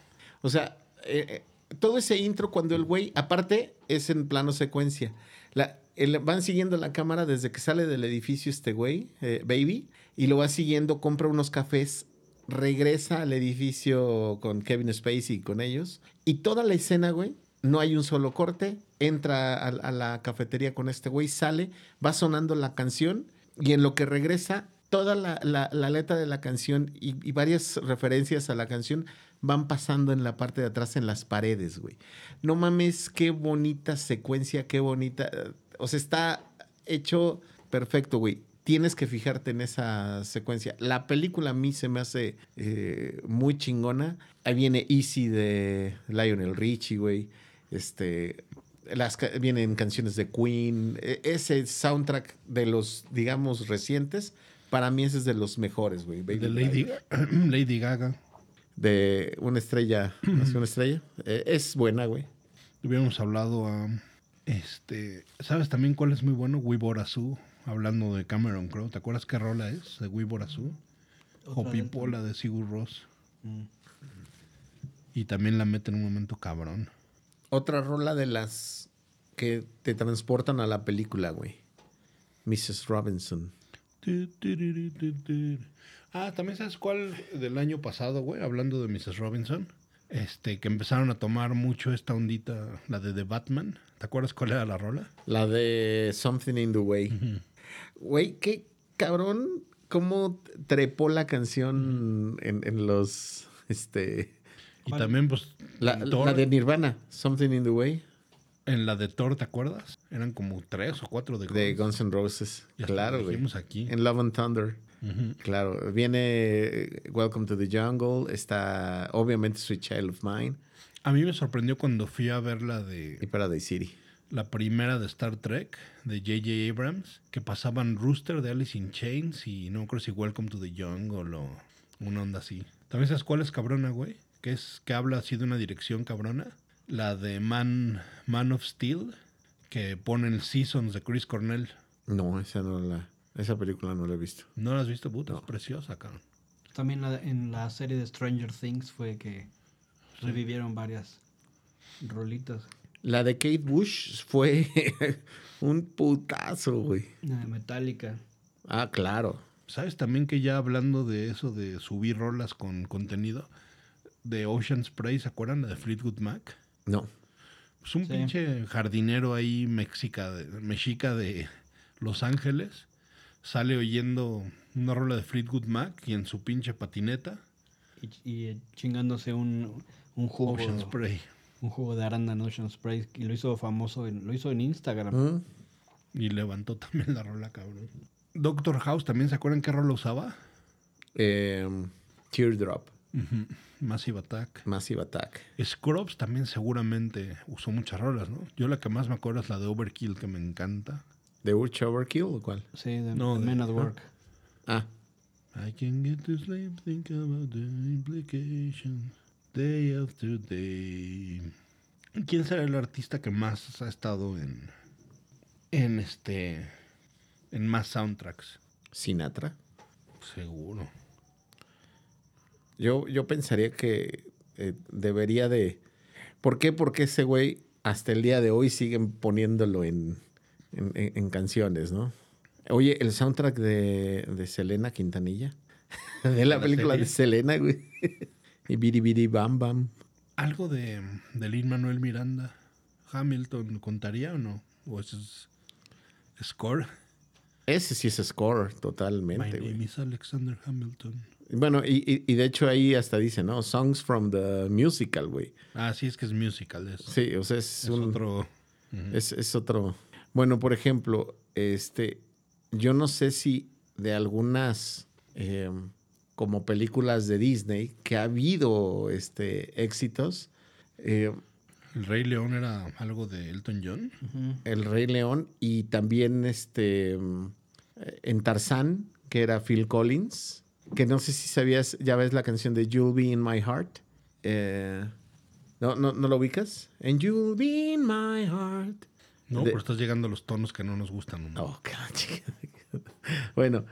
[SPEAKER 2] O sea, eh, eh, todo ese intro cuando el güey, aparte, es en plano secuencia. La- el- van siguiendo la cámara desde que sale del edificio este güey, eh, Baby, y lo va siguiendo, compra unos cafés, regresa al edificio con Kevin Spacey y con ellos. Y toda la escena, güey, no hay un solo corte, entra a, a la cafetería con este güey, sale, va sonando la canción y en lo que regresa, toda la, la- la letra de la canción y, y varias referencias a la canción van pasando en la parte de atrás en las paredes, güey. No mames, qué bonita secuencia, qué bonita. eh, O sea, está hecho perfecto, güey. tienes que fijarte en esa secuencia. La película a mí se me hace eh, muy chingona. Ahí viene Easy de Lionel Richie, güey. Este, las, ca- vienen canciones de Queen. E- Ese soundtrack de los, digamos, recientes, para mí ese es de los mejores, güey. Baby
[SPEAKER 1] De Lady,
[SPEAKER 2] Driver.
[SPEAKER 1] Lady Gaga. [clears throat]
[SPEAKER 2] De una estrella, hacia una estrella. Eh, es buena, güey.
[SPEAKER 1] Hubiéramos hablado a. Este. ¿Sabes también cuál es muy bueno? Wiborazú. Hablando de Cameron Crowe. ¿Te acuerdas qué rola es de Wiborazú?
[SPEAKER 3] Otra vez.
[SPEAKER 1] Jopipola de Sigur Ross.
[SPEAKER 3] Mm.
[SPEAKER 1] Y también la mete en un momento cabrón.
[SPEAKER 2] Otra rola de las que te transportan a la película, güey. Mrs. Robinson.
[SPEAKER 1] Tu, tu, ru, ru, tu, tu. Ah, también sabes cuál del año pasado, güey, hablando de Mrs. Robinson. Este, que empezaron a tomar mucho esta ondita, la de The Batman. ¿Te acuerdas cuál era la rola?
[SPEAKER 2] La de Something in the Way. Güey, qué cabrón. ¿Cómo trepó la canción en, en los. Este.
[SPEAKER 1] Y
[SPEAKER 3] ¿Cuál?
[SPEAKER 1] también, pues,
[SPEAKER 2] La,
[SPEAKER 1] en, Thor-
[SPEAKER 2] la de Nirvana, Something in the Way,
[SPEAKER 1] en la de Thor, ¿te acuerdas? Eran como tres o cuatro de,
[SPEAKER 2] de
[SPEAKER 1] Guns.
[SPEAKER 2] Guns N' Roses.
[SPEAKER 1] Ya
[SPEAKER 2] Claro,
[SPEAKER 1] lo
[SPEAKER 2] güey.
[SPEAKER 1] dijimos aquí.
[SPEAKER 2] En Love and Thunder.
[SPEAKER 1] Ujú.
[SPEAKER 2] Claro. Viene eh, Welcome to the Jungle. Está, obviamente, Sweet Child of Mine
[SPEAKER 1] A mí me sorprendió cuando fui a ver la
[SPEAKER 2] y
[SPEAKER 1] de
[SPEAKER 2] Paradise City.
[SPEAKER 1] la primera de Star Trek de J.J. Abrams, que pasaban Rooster de Alice in Chains y no creo si Welcome to the Jungle o una onda así. ¿También sabes cuál es cabrona, güey? Que es que habla así de una dirección cabrona. La de Man, Man of Steel, que pone el Seasons de Chris Cornell.
[SPEAKER 2] No, esa no la. Esa película no la he visto.
[SPEAKER 1] ¿No la has visto, puta?
[SPEAKER 2] No.
[SPEAKER 1] Es preciosa, cabrón.
[SPEAKER 3] También la- en la serie de Stranger Things fue que revivieron varias rolitas.
[SPEAKER 2] La de Kate Bush fue [laughs] un putazo, güey.
[SPEAKER 3] La de Metallica.
[SPEAKER 2] Ah, claro.
[SPEAKER 1] ¿Sabes también que ya hablando de eso de subir rolas con contenido? De Ocean Spray, ¿se acuerdan? La de Fleetwood Mac.
[SPEAKER 2] No.
[SPEAKER 1] Pues un
[SPEAKER 3] Sí.
[SPEAKER 1] pinche jardinero ahí mexica de, mexica de Los Ángeles sale oyendo una rola de Fleetwood Mac y en su pinche patineta
[SPEAKER 3] Y, y eh, chingándose un, un jugo.
[SPEAKER 1] Ocean Spray.
[SPEAKER 3] Un jugo de arándano Ocean Spray. Y lo hizo famoso, en- lo hizo en Instagram.
[SPEAKER 2] ¿Mm?
[SPEAKER 1] Y levantó también la rola, cabrón. Doctor House, ¿también se acuerdan qué rola usaba?
[SPEAKER 2] Em, Teardrop,
[SPEAKER 1] Ujú. Massive Attack.
[SPEAKER 2] Massive Attack.
[SPEAKER 1] Scrubs también seguramente usó muchas rolas, ¿no? Yo la que más me acuerdo es la de Overkill, que me encanta.
[SPEAKER 2] ¿De Urch Overkill o cuál?
[SPEAKER 3] Sí, de,
[SPEAKER 1] No,
[SPEAKER 3] de
[SPEAKER 1] de-
[SPEAKER 3] Men at
[SPEAKER 1] ¿no?
[SPEAKER 3] Work.
[SPEAKER 2] Ah,
[SPEAKER 1] I can get to sleep, think about the implications day after day. ¿Quién será el artista que más ha estado en. en este. en más soundtracks?
[SPEAKER 2] Sinatra.
[SPEAKER 1] Seguro.
[SPEAKER 2] Yo, yo pensaría que eh, debería de... ¿Por qué? Porque ese güey hasta el día de hoy siguen poniéndolo en, en- en- en canciones, ¿no? Oye, el soundtrack de, de Selena Quintanilla. [laughs] De la
[SPEAKER 1] ¿La
[SPEAKER 2] película de
[SPEAKER 1] serie?
[SPEAKER 2] Selena, güey. [laughs] Y Biri Biri Bam Bam.
[SPEAKER 1] ¿Algo de. de Lin Manuel Miranda? ¿Hamilton contaría o no? ¿O ese es. score?
[SPEAKER 2] Ese sí es score
[SPEAKER 1] My
[SPEAKER 2] totalmente,
[SPEAKER 1] name
[SPEAKER 2] güey.
[SPEAKER 1] is Alexander Hamilton.
[SPEAKER 2] Bueno, y, y- y de hecho ahí hasta dice, ¿no? Songs from the musical, güey.
[SPEAKER 1] Ah, sí, es que es musical, es.
[SPEAKER 2] Sí, o sea, es,
[SPEAKER 1] es
[SPEAKER 2] un...
[SPEAKER 1] otro. Ujú.
[SPEAKER 2] Es, es otro. Bueno, por ejemplo, este, yo no sé si de algunas eh, como películas de Disney que ha habido este, éxitos, eh,
[SPEAKER 1] El Rey León era algo de Elton John.
[SPEAKER 3] Ujú.
[SPEAKER 2] El Rey León y también este, mm, eh, en Tarzán, que era Phil Collins, que no sé si sabías, ya ves la canción de You'll Be in My Heart. Eh, ¿no, no, ¿No lo ubicas? And You'll Be in My Heart.
[SPEAKER 1] No,
[SPEAKER 2] De-
[SPEAKER 1] pero estás llegando a los tonos que no nos gustan. hombre.
[SPEAKER 2] [laughs] Oh, chica. Bueno,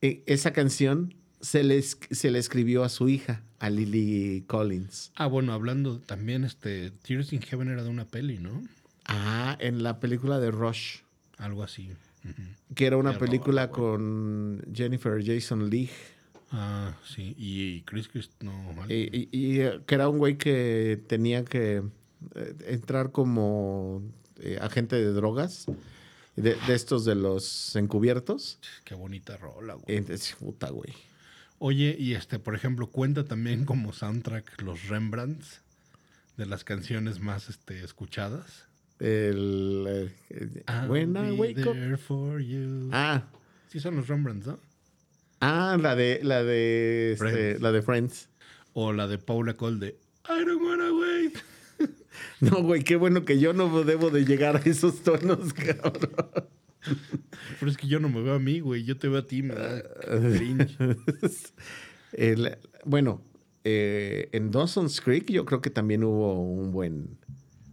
[SPEAKER 2] e- esa canción se le, es- se le escribió a su hija, a Lily Collins.
[SPEAKER 1] Ah, bueno, hablando también, este, Tears in Heaven era de una peli, ¿no?
[SPEAKER 2] Ah, en la película de Rush,
[SPEAKER 1] Algo así. Ujú.
[SPEAKER 2] que era una
[SPEAKER 1] Qué
[SPEAKER 2] película con Jennifer Jason Leigh,
[SPEAKER 1] Ah, sí. Y, Chris Chris, no.
[SPEAKER 2] y,
[SPEAKER 1] vale.
[SPEAKER 2] y- y, eh, que era un güey que tenía que eh, entrar como eh, agente de drogas, de, de estos de los encubiertos.
[SPEAKER 1] Qué bonita rola, güey.
[SPEAKER 2] Entonces, puta, güey.
[SPEAKER 1] Oye, y este, por ejemplo, cuenta también como soundtrack los Rembrandts de las canciones más este, escuchadas.
[SPEAKER 2] El, eh, eh,
[SPEAKER 1] I'll
[SPEAKER 2] when I
[SPEAKER 1] be
[SPEAKER 2] wake up.
[SPEAKER 1] there for you.
[SPEAKER 2] Ah,
[SPEAKER 1] Sí son los Rembrandts, ¿no?
[SPEAKER 2] Ah, la de, la de, este,
[SPEAKER 1] Friends.
[SPEAKER 2] la de Friends. [laughs]
[SPEAKER 1] O la de Paula Cole de I don't wanna wait. [laughs]
[SPEAKER 2] No, güey, qué bueno que yo no debo de llegar a esos tonos, [laughs] cabrón.
[SPEAKER 1] Pero es que yo no me veo a mí, güey. Yo te veo a ti, me da
[SPEAKER 2] Ah.
[SPEAKER 1] cringe.
[SPEAKER 2] [laughs] El- bueno, eh, en Dawson's Creek yo creo que también hubo un buen,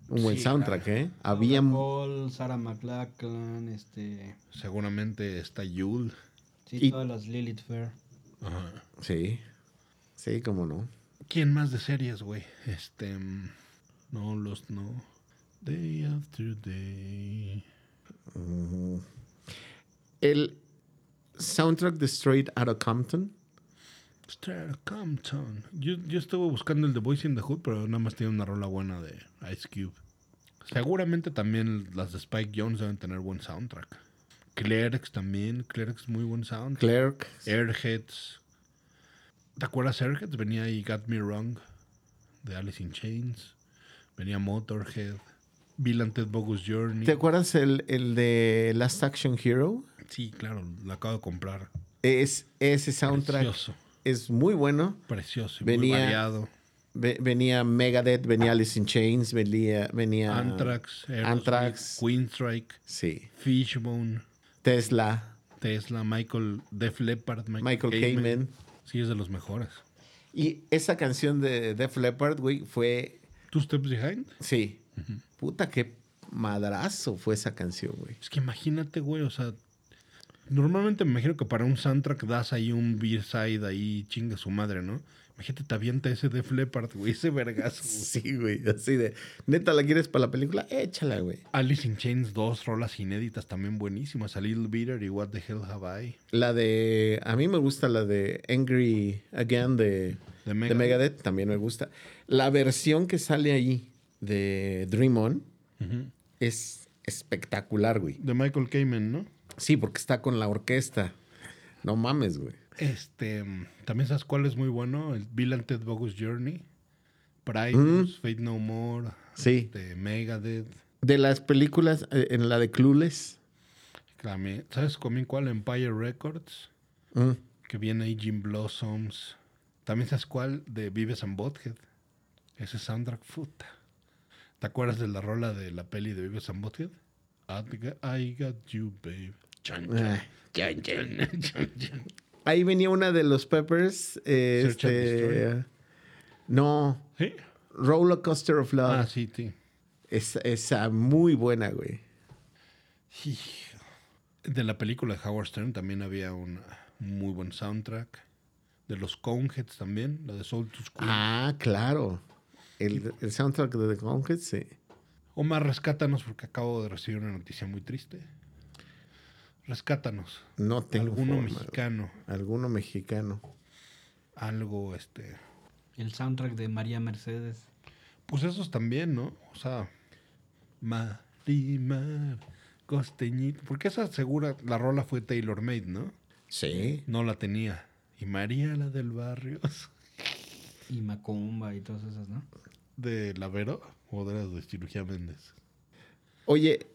[SPEAKER 2] un buen
[SPEAKER 3] Sí,
[SPEAKER 2] soundtrack, ¿eh? Había...
[SPEAKER 3] Laura Paul, Sarah McLachlan, este.
[SPEAKER 1] Seguramente está Yul.
[SPEAKER 3] Sí,
[SPEAKER 2] Y-
[SPEAKER 3] todas las Lilith Fair.
[SPEAKER 1] Ajá.
[SPEAKER 2] Sí, sí, cómo no.
[SPEAKER 1] ¿Quién más de series, güey? Este. mm, No, los no. Day after day.
[SPEAKER 2] Ujú. El soundtrack de Straight Outta Compton.
[SPEAKER 1] Pues, Star Compton. Yo, yo estuve buscando el de Boys in the Hood, pero nada más tiene una rola buena de Ice Cube. Seguramente también las de Spike Jones deben tener buen soundtrack. Clerks también. Clerks, muy buen soundtrack.
[SPEAKER 2] Clerk.
[SPEAKER 1] Airheads. ¿Te acuerdas Airheads? Venía ahí Got Me Wrong de Alice in Chains. Venía Motorhead. Bill and Ted Bogus Journey.
[SPEAKER 2] ¿Te acuerdas el, el de Last Action Hero?
[SPEAKER 1] Sí, claro, la acabo de comprar.
[SPEAKER 2] Es, ese soundtrack
[SPEAKER 1] Precioso,
[SPEAKER 2] es muy bueno.
[SPEAKER 1] precioso y
[SPEAKER 2] Venía-
[SPEAKER 1] muy variado.
[SPEAKER 2] Ve- venía Megadeth, venía Alice in Chains, venía... venía
[SPEAKER 1] Anthrax,
[SPEAKER 2] ah,
[SPEAKER 1] Anthrax,
[SPEAKER 2] Anthrax.
[SPEAKER 1] Queenstrike,
[SPEAKER 2] Sí.
[SPEAKER 1] Fishbone,
[SPEAKER 2] Tesla,
[SPEAKER 1] Tesla, Michael, Def Leppard,
[SPEAKER 2] Michael Kamen.
[SPEAKER 1] Sí, es de los mejores.
[SPEAKER 2] Y esa canción de Def Leppard, güey, fue...
[SPEAKER 1] Two Steps Behind.
[SPEAKER 2] Sí. Puta, qué madrazo fue esa canción, güey.
[SPEAKER 1] Es que imagínate, güey, o sea, normalmente me imagino que para un soundtrack das ahí un B-side ahí, chinga su madre, ¿no? Imagínate, te avienta ese Def Leppard, güey, ese vergazo. güey.
[SPEAKER 2] [laughs] Sí, güey, así de... ¿Neta la quieres para la película? Échala, güey.
[SPEAKER 1] Alice in Chains, dos rolas inéditas también buenísimas. A Little Bitter y What the Hell Have I.
[SPEAKER 2] La de... A mí me gusta la de Angry Again de,
[SPEAKER 1] De
[SPEAKER 2] de Megadeth, también me gusta. La versión que sale ahí de Dream On
[SPEAKER 1] Ujú.
[SPEAKER 2] es espectacular, güey.
[SPEAKER 1] De Michael Kamen, ¿no?
[SPEAKER 2] Sí, porque está con la orquesta. No mames, güey.
[SPEAKER 1] Este, mm, también sabes cuál es muy bueno, el Bill and Ted Bogus Journey, Pride, Fate No More,
[SPEAKER 2] Sí.
[SPEAKER 1] este, Megadeth,
[SPEAKER 2] De las películas, eh, en la de Clueless.
[SPEAKER 1] Clamé- ¿sabes también cuál? Empire Records,
[SPEAKER 2] Mm.
[SPEAKER 1] que viene ahí Jim Blossoms, también sabes cuál de Vives and Bothead, ese soundtrack puta. ¿Te acuerdas de la rola de la peli de Vives and Bothead? I got- I got you, babe. Chan,
[SPEAKER 2] Ah.
[SPEAKER 1] chan, [laughs] chan, chan, chan.
[SPEAKER 2] Ahí venía una de los Peppers. eh,
[SPEAKER 1] Search and
[SPEAKER 2] este,
[SPEAKER 1] Destroy.
[SPEAKER 2] no,
[SPEAKER 1] ¿Sí?
[SPEAKER 2] Roller Coaster of Love.
[SPEAKER 1] Ah, sí, sí.
[SPEAKER 2] Es- esa muy buena, güey.
[SPEAKER 1] Hijo. De la película de Howard Stern también había un muy buen soundtrack. De los Coneheads también, la de Soul to School.
[SPEAKER 2] Ah, claro. El, el soundtrack de The Conquest, sí.
[SPEAKER 1] Omar, rescátanos porque acabo de recibir una noticia muy triste. Rescátanos.
[SPEAKER 2] No tengo
[SPEAKER 1] Alguno
[SPEAKER 2] forma, güey.
[SPEAKER 1] mexicano,
[SPEAKER 2] Alguno mexicano.
[SPEAKER 1] algo este.
[SPEAKER 3] El soundtrack de María Mercedes.
[SPEAKER 1] Pues esos también, ¿no? O sea, Marimar, Costeñito. Porque esa segura, la rola fue Taylor Made, ¿no?
[SPEAKER 2] Sí.
[SPEAKER 1] No la tenía. Y María, la del barrio. [laughs]
[SPEAKER 3] Y Macumba y todas esas, ¿no?
[SPEAKER 1] ¿De Lavero o de las de Cirugía Méndez?
[SPEAKER 2] Oye,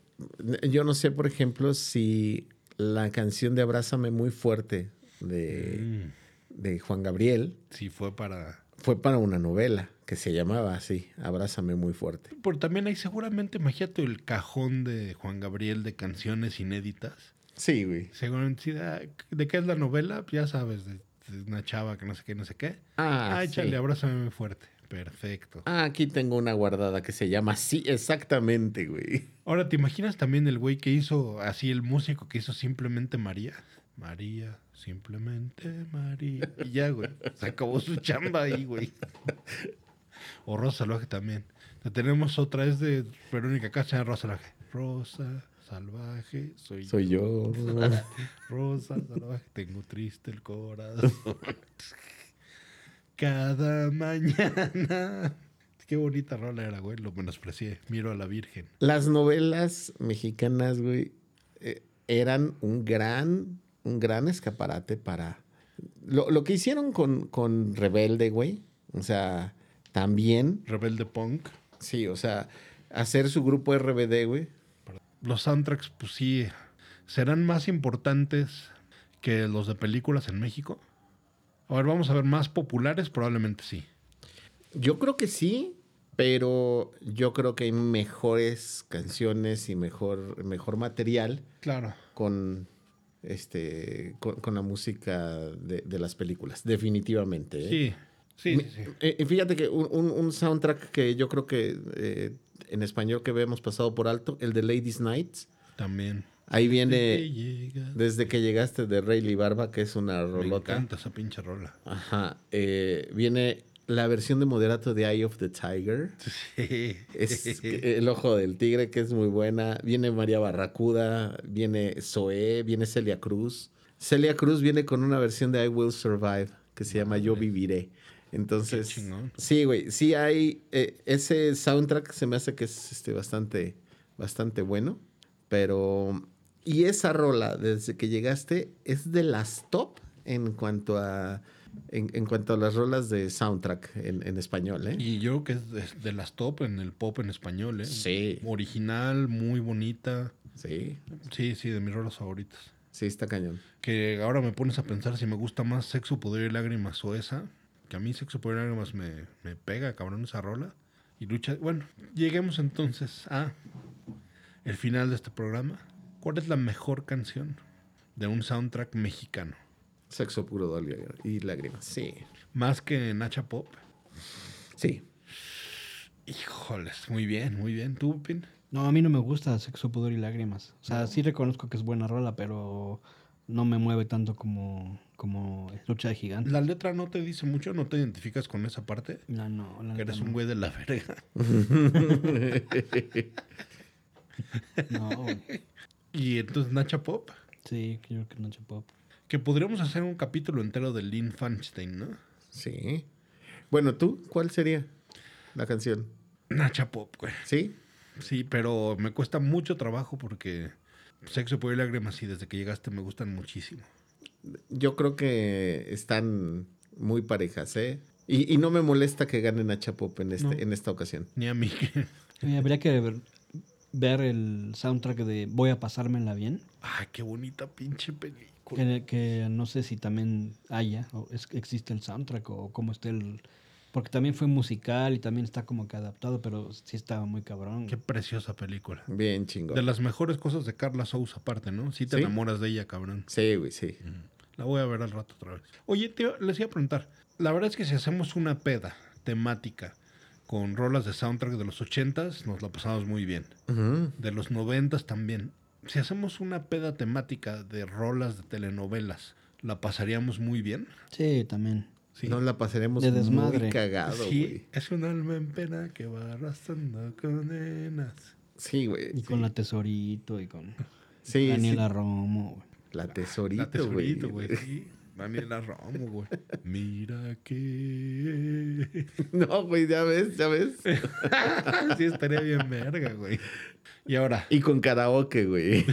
[SPEAKER 2] yo no sé, por ejemplo, si la canción de Abrázame muy fuerte de,
[SPEAKER 1] Mm,
[SPEAKER 2] de Juan Gabriel
[SPEAKER 1] Sí, fue para...
[SPEAKER 2] fue para una novela que se llamaba así, Abrázame muy fuerte.
[SPEAKER 1] Pero también hay seguramente, imagínate el cajón de Juan Gabriel de canciones inéditas.
[SPEAKER 2] Sí, güey.
[SPEAKER 1] Seguramente, sí, ah, ¿de qué es la novela? Ya sabes, de, de una chava que no sé qué, no sé qué.
[SPEAKER 2] Ah,
[SPEAKER 1] Ah,
[SPEAKER 2] sí.
[SPEAKER 1] échale, abrázame muy fuerte. Perfecto.
[SPEAKER 2] Ah, aquí tengo una guardada que se llama así exactamente, güey.
[SPEAKER 1] Ahora, ¿te imaginas también el güey que hizo, así el músico que hizo simplemente María? María, simplemente María. Y ya, güey. Se acabó su chamba ahí, güey. O Rosa Salvaje también. La tenemos otra, es de Verónica Casa, Rosa Salvaje. Rosa Salvaje, soy,
[SPEAKER 2] Soy [laughs] yo.
[SPEAKER 1] [laughs] Rosa Salvaje, tengo triste el corazón. Cada mañana. Qué bonita rola era, güey. Lo menosprecié. Miro a la Virgen.
[SPEAKER 2] Las novelas mexicanas, güey, eh, eran un gran, un gran escaparate para... Lo, lo que hicieron con, con Rebelde, güey, o sea, también,
[SPEAKER 1] Rebelde Punk.
[SPEAKER 2] sí, o sea, hacer su grupo RBD, güey.
[SPEAKER 1] Los soundtracks, pues sí, serán más importantes que los de películas en México? A ver, vamos a ver, más populares probablemente sí.
[SPEAKER 2] Yo creo que sí, pero yo creo que hay mejores canciones y mejor, mejor material
[SPEAKER 1] Claro.
[SPEAKER 2] con, este, con, con la música de, de las películas, definitivamente. ¿eh?
[SPEAKER 1] Sí, sí,
[SPEAKER 2] Me-
[SPEAKER 1] sí. sí.
[SPEAKER 2] eh, eh, fíjate que un, un- un soundtrack que yo creo que eh, en español que habíamos pasado por alto, el de Ladies Nights,
[SPEAKER 1] También.
[SPEAKER 2] ahí
[SPEAKER 1] Te
[SPEAKER 2] viene
[SPEAKER 1] llega.
[SPEAKER 2] desde que llegaste de Rayleigh Barba, que es una
[SPEAKER 1] Me
[SPEAKER 2] rolota.
[SPEAKER 1] encanta esa pinche rola. [laughs]
[SPEAKER 2] Ajá, eh, viene la versión de moderato de Eye of the Tiger.
[SPEAKER 1] Sí. [laughs]
[SPEAKER 2] Es que- el ojo del tigre, que es muy buena. Viene María Barracuda, viene Zoé, viene Celia Cruz. Celia Cruz viene con una versión de I Will Survive, que se llama Yo Viviré. Entonces,
[SPEAKER 1] Qué chingón.
[SPEAKER 2] sí, güey, sí hay. eh, ese soundtrack se me hace que es este, bastante, bastante bueno. Pero. Y esa rola, desde que llegaste, es de las top en cuanto a. En, en cuanto a las rolas de soundtrack en, en español, ¿eh?
[SPEAKER 1] Y yo creo que es de, de las top en el pop en español, ¿eh?
[SPEAKER 2] Sí.
[SPEAKER 1] Original, muy bonita.
[SPEAKER 2] Sí,
[SPEAKER 1] Sí, sí, de mis rolas favoritas.
[SPEAKER 2] sí, está cañón.
[SPEAKER 1] Que ahora me pones a pensar si me gusta más Sexo, Poder y Lágrimas o esa. Que a mí Sexo, Poder y Lágrimas me, me pega, cabrón, esa rola. Y lucha. Bueno, lleguemos entonces a el final de este programa. ¿Cuál es la mejor canción de un soundtrack mexicano?
[SPEAKER 2] Sexo puro dolor y lágrimas. Sí.
[SPEAKER 1] Más que Nacha Pop.
[SPEAKER 2] Sí.
[SPEAKER 1] Híjoles, muy bien, muy bien. ¿Tú, Pin?
[SPEAKER 3] No, a mí no me gusta Sexo, Pudor y Lágrimas. O sea, sí reconozco que es buena rola, pero no me mueve tanto como, como Lucha de Gigantes.
[SPEAKER 1] La letra no te dice mucho, no te identificas con esa parte.
[SPEAKER 3] No, no, la
[SPEAKER 1] Que
[SPEAKER 3] neta
[SPEAKER 1] eres un
[SPEAKER 3] no.
[SPEAKER 1] güey de la verga. [laughs]
[SPEAKER 3] No, güey.
[SPEAKER 1] Y entonces Nacha Pop.
[SPEAKER 3] sí, yo creo que Nacho Pop.
[SPEAKER 1] Que podríamos hacer un capítulo entero de Lynn Fanstein, ¿no?
[SPEAKER 2] Sí. Bueno, ¿tú cuál sería la canción?
[SPEAKER 1] Nacha Pop, güey.
[SPEAKER 2] ¿Sí?
[SPEAKER 1] Sí, pero me cuesta mucho trabajo porque Sexo, Poder y Lágrimas, y desde que llegaste me gustan muchísimo.
[SPEAKER 2] Yo creo que están muy parejas, ¿eh? Y, y no me molesta que ganen a Chapop en, este,
[SPEAKER 1] No.
[SPEAKER 2] en esta ocasión.
[SPEAKER 1] Ni a mí. que- [laughs]
[SPEAKER 3] Oye, Eh, habría que ver, ver el soundtrack de Voy a pasármela bien.
[SPEAKER 1] Ay, qué bonita pinche película.
[SPEAKER 3] Que, que no sé si también haya, o es- existe el soundtrack o cómo está el... Porque también fue musical y también está como que adaptado, pero sí estaba muy cabrón.
[SPEAKER 1] Qué preciosa película.
[SPEAKER 3] Mm.
[SPEAKER 2] Bien
[SPEAKER 1] De
[SPEAKER 2] chingón.
[SPEAKER 1] las mejores cosas de Carla Sousa aparte, ¿no? Sí te
[SPEAKER 2] ¿Sí?
[SPEAKER 1] enamoras de ella, cabrón.
[SPEAKER 2] Sí, güey, sí.
[SPEAKER 1] La voy a ver al rato otra vez. Oye, tío, les iba a preguntar. La verdad es que si hacemos una peda temática con rolas de soundtrack de los 80s, nos la pasamos muy bien.
[SPEAKER 2] Ujú.
[SPEAKER 1] De los 90s también. Si hacemos una peda temática de rolas de telenovelas, ¿la pasaríamos muy bien?
[SPEAKER 3] Sí, también.
[SPEAKER 1] Sí.
[SPEAKER 2] Nos la pasaremos
[SPEAKER 3] De desmadre.
[SPEAKER 2] muy cagado,
[SPEAKER 1] Sí,
[SPEAKER 2] güey.
[SPEAKER 1] es un alma en pena que va arrastrando condenas.
[SPEAKER 2] Sí, güey.
[SPEAKER 3] Y con la Tesorito y con
[SPEAKER 2] Sí, sí.
[SPEAKER 3] Daniela Romo. güey.
[SPEAKER 2] La
[SPEAKER 1] La
[SPEAKER 2] tesorito, güey.
[SPEAKER 1] tesorito, güey. Sí. Daniela Romo, güey. Mira que... [laughs]
[SPEAKER 2] [laughs] No, güey, ya ves, ya ves.
[SPEAKER 1] sí, estaría bien verga, güey. Y ahora,
[SPEAKER 2] Y con karaoke, güey.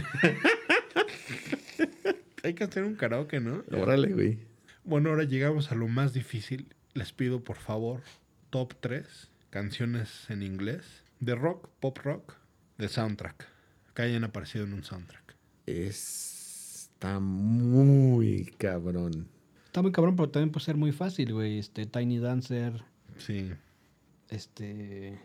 [SPEAKER 1] hay que hacer un karaoke, ¿no?
[SPEAKER 2] Órale, güey.
[SPEAKER 1] Bueno, ahora llegamos a lo más difícil. Les pido, por favor, top 3 canciones en inglés de rock, pop rock, de soundtrack. Que hayan aparecido en un soundtrack.
[SPEAKER 2] Está muy cabrón.
[SPEAKER 3] Está muy cabrón, pero también puede ser muy fácil, güey. Este, Tiny Dancer,
[SPEAKER 1] Sí.
[SPEAKER 3] este,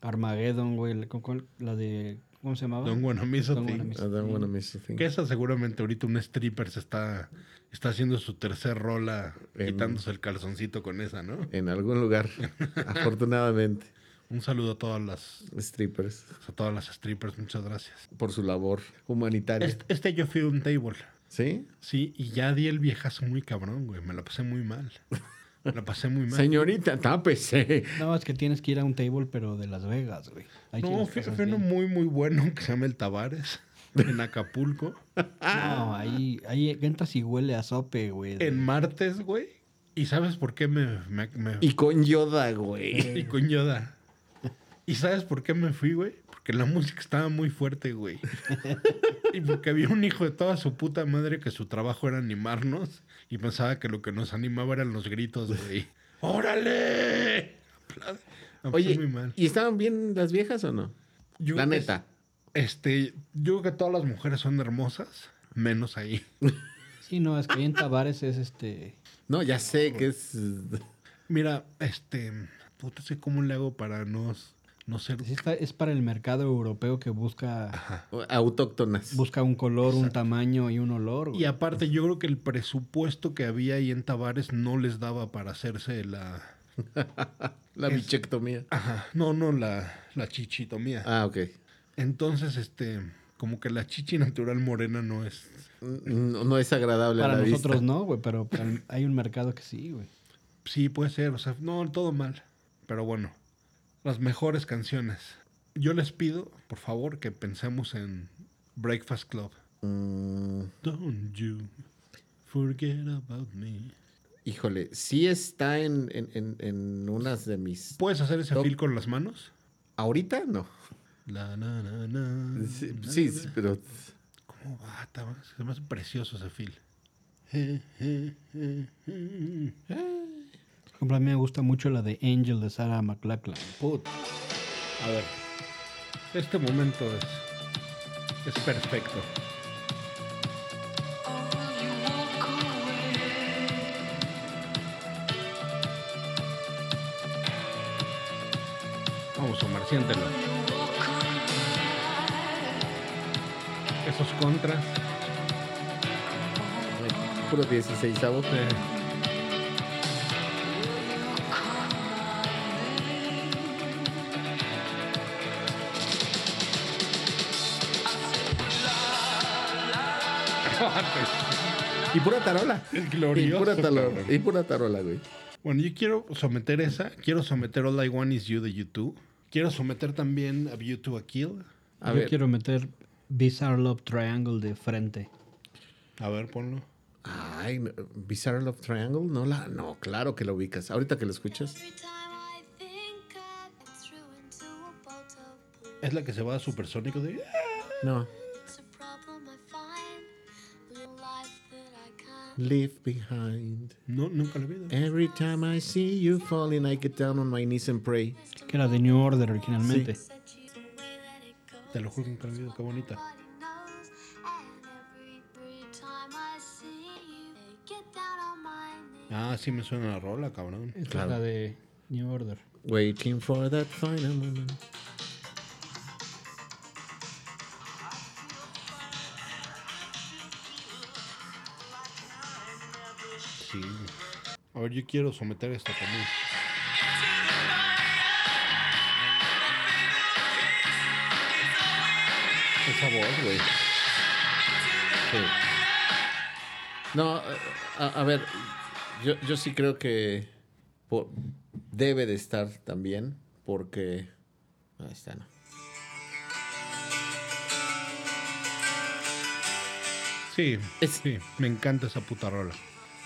[SPEAKER 3] Armageddon, güey. la- ¿con cuál? La de, ¿cómo se llamaba?
[SPEAKER 1] Don Bueno, Miss a
[SPEAKER 3] Don't
[SPEAKER 1] Thing.
[SPEAKER 3] Wanna Miss
[SPEAKER 2] I don't wanna miss a thing.
[SPEAKER 1] Que esa seguramente ahorita un stripper se está, está haciendo su tercer rola
[SPEAKER 2] En- Eh.
[SPEAKER 1] quitándose el calzoncito con esa, ¿no?
[SPEAKER 2] En algún lugar, [laughs] afortunadamente,
[SPEAKER 1] Un saludo a todas las,
[SPEAKER 2] strippers,
[SPEAKER 1] a todas las strippers, muchas gracias.
[SPEAKER 2] por su labor humanitaria.
[SPEAKER 1] Este, este yo fui a un table.
[SPEAKER 2] ¿Sí?
[SPEAKER 1] Sí, y ya di el viejazo muy cabrón, güey. Me la pasé muy mal. Me la pasé muy mal.
[SPEAKER 2] Señorita, tápese.
[SPEAKER 3] No, es que tienes que ir a un table, pero de Las Vegas, güey. Ahí sí
[SPEAKER 1] no,
[SPEAKER 3] las
[SPEAKER 1] fue,
[SPEAKER 3] pasas
[SPEAKER 1] fue uno
[SPEAKER 3] bien.
[SPEAKER 1] muy, muy bueno que se llama El Tavares, en Acapulco.
[SPEAKER 3] No, ahí, ahí entras y huele a sope, güey. de-
[SPEAKER 1] en martes, güey. ¿Y sabes por qué me... me- me-
[SPEAKER 2] Y con Yoda, güey.
[SPEAKER 1] y con Yoda. ¿Y sabes por qué me fui, güey? Porque la música estaba muy fuerte, güey. y porque había un hijo de toda su puta madre que su trabajo era animarnos y pensaba que lo que nos animaba eran los gritos, güey. ¡Órale! Apla- la pasé
[SPEAKER 2] Oye,
[SPEAKER 1] muy mal.
[SPEAKER 2] ¿y estaban bien las viejas o no?
[SPEAKER 1] Yo-
[SPEAKER 2] La
[SPEAKER 1] es-
[SPEAKER 2] neta.
[SPEAKER 1] Este, yo creo que todas las mujeres son hermosas, menos ahí. [laughs]
[SPEAKER 3] Sí, no, es que ahí en Tavares es este.
[SPEAKER 2] No, ya sé que es.
[SPEAKER 1] Mira, este. Puta, sé cómo le hago para no, no ser.
[SPEAKER 3] sí está- es para el mercado europeo que busca,
[SPEAKER 2] Autóctonas.
[SPEAKER 3] busca un color, un tamaño y un olor. güey.
[SPEAKER 1] Y aparte, yo creo que el presupuesto que había ahí en Tavares no les daba para hacerse la.
[SPEAKER 2] La
[SPEAKER 1] es-
[SPEAKER 2] bichectomía.
[SPEAKER 1] Ajá, no, no, la, la chichitomía.
[SPEAKER 2] Ah, ok.
[SPEAKER 1] Entonces, este. Como que la chichi natural morena no es.
[SPEAKER 2] No, no es agradable a
[SPEAKER 3] para
[SPEAKER 2] la
[SPEAKER 3] nosotros
[SPEAKER 2] vista.
[SPEAKER 3] no, güey, pero para el- hay un mercado que sí, güey.
[SPEAKER 1] Sí, puede ser, o sea, no, todo mal. Pero bueno, las mejores canciones. Yo les pido, por favor, que pensemos en Breakfast Club.
[SPEAKER 2] Mm,
[SPEAKER 1] Don't you forget about me.
[SPEAKER 2] híjole, sí está en, en, en- en unas de mis.
[SPEAKER 1] ¿Puedes hacer ese
[SPEAKER 2] Top.
[SPEAKER 1] feel con las manos?
[SPEAKER 2] Ahorita no.
[SPEAKER 1] La, na, na, na,
[SPEAKER 2] Sí,
[SPEAKER 1] na,
[SPEAKER 2] sí,
[SPEAKER 1] na,
[SPEAKER 2] sí,
[SPEAKER 1] na.
[SPEAKER 2] pero.
[SPEAKER 1] ¿Cómo va? Está más- Se me hace precioso ese feel. Je, je, je, je.
[SPEAKER 3] Por ejemplo, a mí me gusta mucho la de Angel de Sarah McLachlan.
[SPEAKER 1] Put. A ver. Este momento es. Es perfecto. Vamos, Omar, siéntelo. Esos contras.
[SPEAKER 2] Puro 16 avos.
[SPEAKER 1] de-
[SPEAKER 2] Y pura tarola.
[SPEAKER 1] Es
[SPEAKER 2] Y
[SPEAKER 1] [laughs] glorioso.
[SPEAKER 2] pura tarola.
[SPEAKER 1] cabrón.
[SPEAKER 2] Y pura tarola, güey.
[SPEAKER 1] Bueno, yo quiero someter esa. Quiero someter All I Want Is You de YouTube. Quiero someter también a View to a Kill.
[SPEAKER 2] A
[SPEAKER 3] Yo
[SPEAKER 2] ver.
[SPEAKER 3] quiero meter Bizarre Love Triangle de frente.
[SPEAKER 1] A ver, ponlo.
[SPEAKER 2] Ay, no, Bizarre Love Triangle, no la, no, claro que la ubicas. Ahorita que la escuchas,
[SPEAKER 1] Es la que se va a supersónico de.
[SPEAKER 2] no. Leave behind.
[SPEAKER 1] No, nunca lo he visto.
[SPEAKER 2] Every time I see you falling, I get down on my knees and pray.
[SPEAKER 3] Que era de New Order originalmente.
[SPEAKER 1] Te lo juro que nunca lo he visto. Qué bonita. Ah, sí me suena la rola, cabrón.
[SPEAKER 3] Esta
[SPEAKER 2] Claro.
[SPEAKER 3] es la de New Order.
[SPEAKER 2] Waiting for that final moment.
[SPEAKER 1] Sí. A ver, yo quiero someter esta también. Esa voz, güey.
[SPEAKER 2] Sí. No, eh, a, a ver, yo, yo sí creo que po- debe de estar también, porque. Ahí está, no.
[SPEAKER 1] Sí,
[SPEAKER 2] Es-
[SPEAKER 1] sí, me encanta esa puta rola.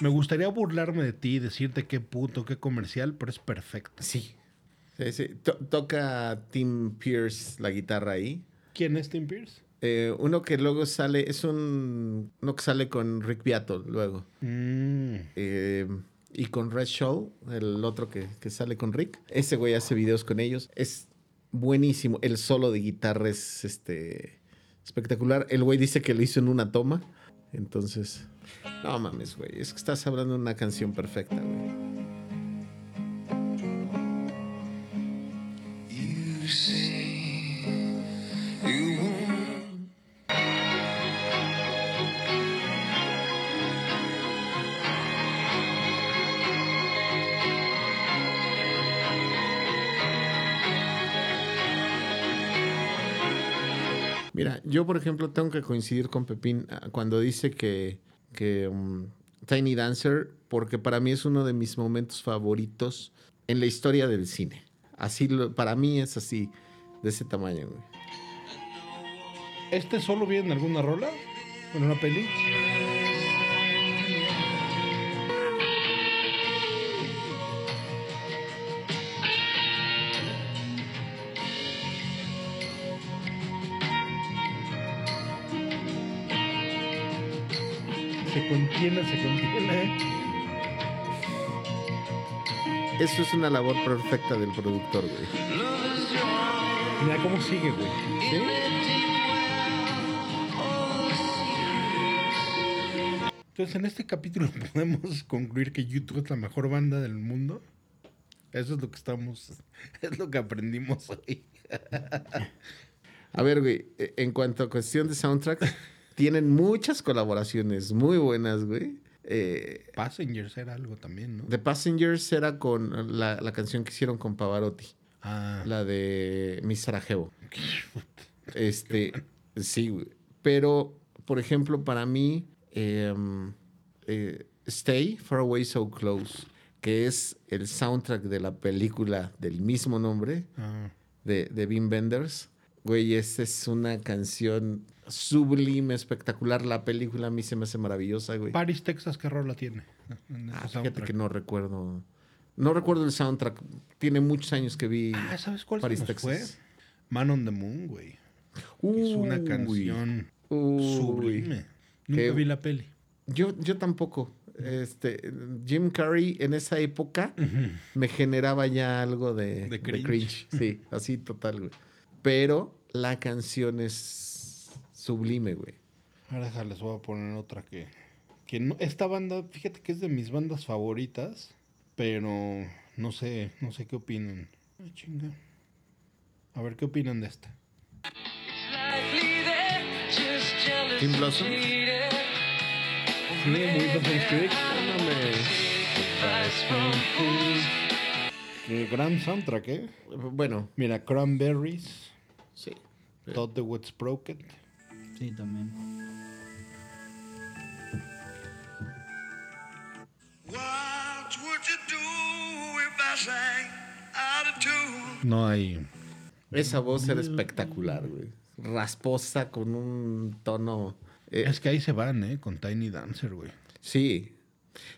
[SPEAKER 1] Me gustaría burlarme de ti y decirte qué puto, qué comercial, pero es perfecta.
[SPEAKER 2] Sí. Sí, sí. To- toca Tim Pierce la guitarra ahí.
[SPEAKER 1] ¿Quién es Tim Pierce?
[SPEAKER 2] Eh, uno que luego sale, es un. Uno que sale con Rick Beatle luego.
[SPEAKER 1] Mm.
[SPEAKER 2] Eh, y con Red Shaw, el otro que, que sale con Rick. Ese güey hace videos con ellos. Es buenísimo. El solo de guitarra es este, espectacular. El güey dice que lo hizo en una toma. Entonces. No mames, güey. Es que estás hablando de una canción perfecta, güey. Mira, yo por ejemplo tengo que coincidir con Pepín ah, cuando dice que, que mm, Tiny Dancer, porque para mí es uno de mis momentos favoritos en la historia del cine. Así, lo- para mí es así, de ese tamaño, güey.
[SPEAKER 1] ¿Este solo viene en alguna rola? ¿En una peli? Se contiene, se contiene.
[SPEAKER 2] Eso es una labor perfecta del productor, güey.
[SPEAKER 1] Mira cómo sigue, güey.
[SPEAKER 2] ¿Sí?
[SPEAKER 1] Entonces, en este capítulo [laughs] podemos concluir que YouTube es la mejor banda del mundo. Eso es lo que estamos, [laughs] es lo que aprendimos hoy.
[SPEAKER 2] A ver, güey, eh, en cuanto a cuestión de soundtrack, tienen muchas colaboraciones muy buenas, güey. Eh,
[SPEAKER 1] Passengers era algo también, ¿no?
[SPEAKER 2] The Passengers era con la, la canción que hicieron con Pavarotti,
[SPEAKER 1] Ah,
[SPEAKER 2] la de Miss Sarajevo. Este, sí, güey. Pero, por ejemplo, para mí, eh, eh, Stay Far Away So Close, que es el soundtrack de la película del mismo nombre,
[SPEAKER 1] [laughs] ah,
[SPEAKER 2] de, de Bean Benders. Güey, esa es una canción sublime, espectacular. La película a mí se me hace maravillosa, güey.
[SPEAKER 1] Paris, Texas, ¿qué rol la tiene? En ese
[SPEAKER 2] Ah, fíjate
[SPEAKER 1] soundtrack.
[SPEAKER 2] que no recuerdo. No recuerdo el soundtrack. Tiene muchos años que vi.
[SPEAKER 1] Ah, ¿sabes cuál
[SPEAKER 2] Paris,
[SPEAKER 1] se nos
[SPEAKER 2] Texas.
[SPEAKER 1] fue? Man on the Moon, güey. Es una
[SPEAKER 2] Uy,
[SPEAKER 1] canción
[SPEAKER 2] uy.
[SPEAKER 1] sublime. Nunca
[SPEAKER 2] Qué-
[SPEAKER 1] vi la peli.
[SPEAKER 2] Yo, yo tampoco. Este, Jim Carrey en esa época me generaba ya algo de,
[SPEAKER 1] De
[SPEAKER 2] de
[SPEAKER 1] cringe.
[SPEAKER 2] cringe. Sí, así total, güey. Pero la canción es sublime, güey.
[SPEAKER 1] Ahora se les voy a poner otra que. que no, esta banda, fíjate que es de mis bandas favoritas, pero no sé, no sé qué opinan. Ah, chinga. A ver qué opinan de esta.
[SPEAKER 2] Tim Blossom.
[SPEAKER 1] Sí, muy Dawson's Creek. Qué gran soundtrack, ¿eh?
[SPEAKER 2] Bueno,
[SPEAKER 1] Mira, Cranberries,
[SPEAKER 2] sí.
[SPEAKER 1] Todd the Wet Sprocket.
[SPEAKER 3] Sí, también.
[SPEAKER 4] What would you do if I sang out of tune?
[SPEAKER 1] No hay.
[SPEAKER 2] Esa voz era espectacular, güey. Rasposa con un tono. eh,
[SPEAKER 1] Es que ahí se van, ¿eh? Con Tiny Dancer, güey.
[SPEAKER 2] Sí.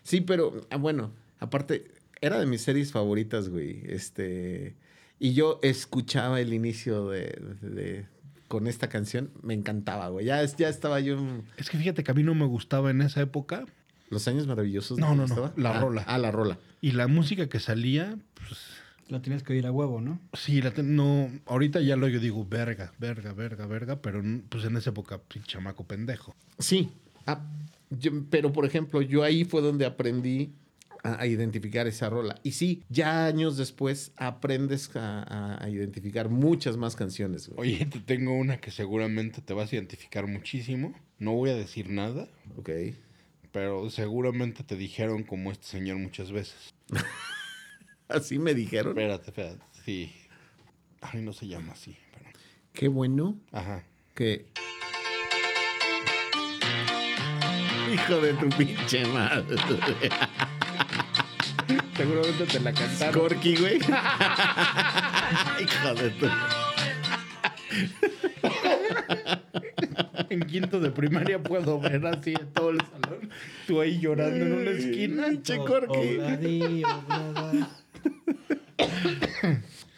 [SPEAKER 2] Sí, pero ah, bueno, aparte, era de mis series favoritas, güey. Este. Y yo escuchaba el inicio de. de- de- con esta canción. Me encantaba, güey. Ya, es- ya estaba yo en
[SPEAKER 1] Es que fíjate que a mí no me gustaba en esa época.
[SPEAKER 2] Los Años Maravillosos.
[SPEAKER 1] No,
[SPEAKER 2] ¿te
[SPEAKER 1] no, no,
[SPEAKER 2] gustaba?
[SPEAKER 1] la
[SPEAKER 2] Ah,
[SPEAKER 1] rola.
[SPEAKER 2] Ah, la rola.
[SPEAKER 1] Y la música que salía, pues
[SPEAKER 3] La tienes que oír a huevo, ¿no?
[SPEAKER 1] Sí, la te- no, ahorita ya lo yo digo, verga, verga, verga, verga, pero n- pues en esa época, pinche chamaco pendejo.
[SPEAKER 2] Sí. Ah, yo- pero, por ejemplo, yo ahí fue donde aprendí a, a identificar esa rola. Y sí, ya años después aprendes a, a- a identificar muchas más canciones, güey.
[SPEAKER 1] Oye, te tengo una que seguramente te vas a identificar muchísimo. No voy a decir nada,
[SPEAKER 2] Ok.
[SPEAKER 1] pero seguramente te dijeron como este señor muchas veces.
[SPEAKER 2] Así me dijeron.
[SPEAKER 1] Espérate, espérate, sí. Ay, no se llama así, pero...
[SPEAKER 2] Qué bueno
[SPEAKER 1] Ajá.
[SPEAKER 2] que. Hijo de tu pinche madre.
[SPEAKER 1] Seguramente te la cantaron.
[SPEAKER 2] Corky, güey. [laughs] Hijo de tu.
[SPEAKER 1] [laughs] En quinto de primaria puedo ver así en todo el salón. Tú ahí llorando en una esquina.
[SPEAKER 2] Pinche
[SPEAKER 3] O-
[SPEAKER 2] Corky.
[SPEAKER 3] obladí, oblada.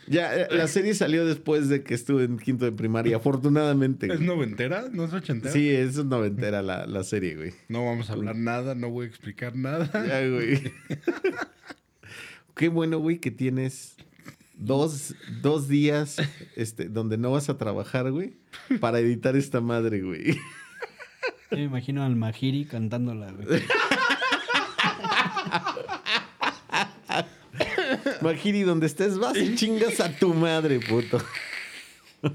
[SPEAKER 2] Ya, eh, la serie salió después de que estuve en quinto de primaria, afortunadamente.
[SPEAKER 1] ¿Es
[SPEAKER 2] güey.
[SPEAKER 1] noventera? ¿No es ochentera?
[SPEAKER 2] Sí, es noventera la, la serie, güey.
[SPEAKER 1] No vamos a hablar nada, no voy a explicar [laughs] nada.
[SPEAKER 2] Ya, güey. Qué bueno, güey, que tienes dos, dos días este, donde no vas a trabajar, güey, para editar esta madre, güey.
[SPEAKER 3] Yo me imagino al Majiri cantándola, güey.
[SPEAKER 2] Majiri, donde estés vas y chingas a tu madre, puto. [laughs]
[SPEAKER 1] Yo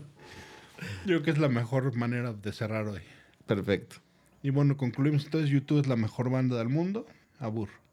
[SPEAKER 1] creo que es la mejor manera de cerrar hoy.
[SPEAKER 2] Perfecto.
[SPEAKER 1] Y bueno, concluimos entonces, YouTube es la mejor banda del mundo. Abur.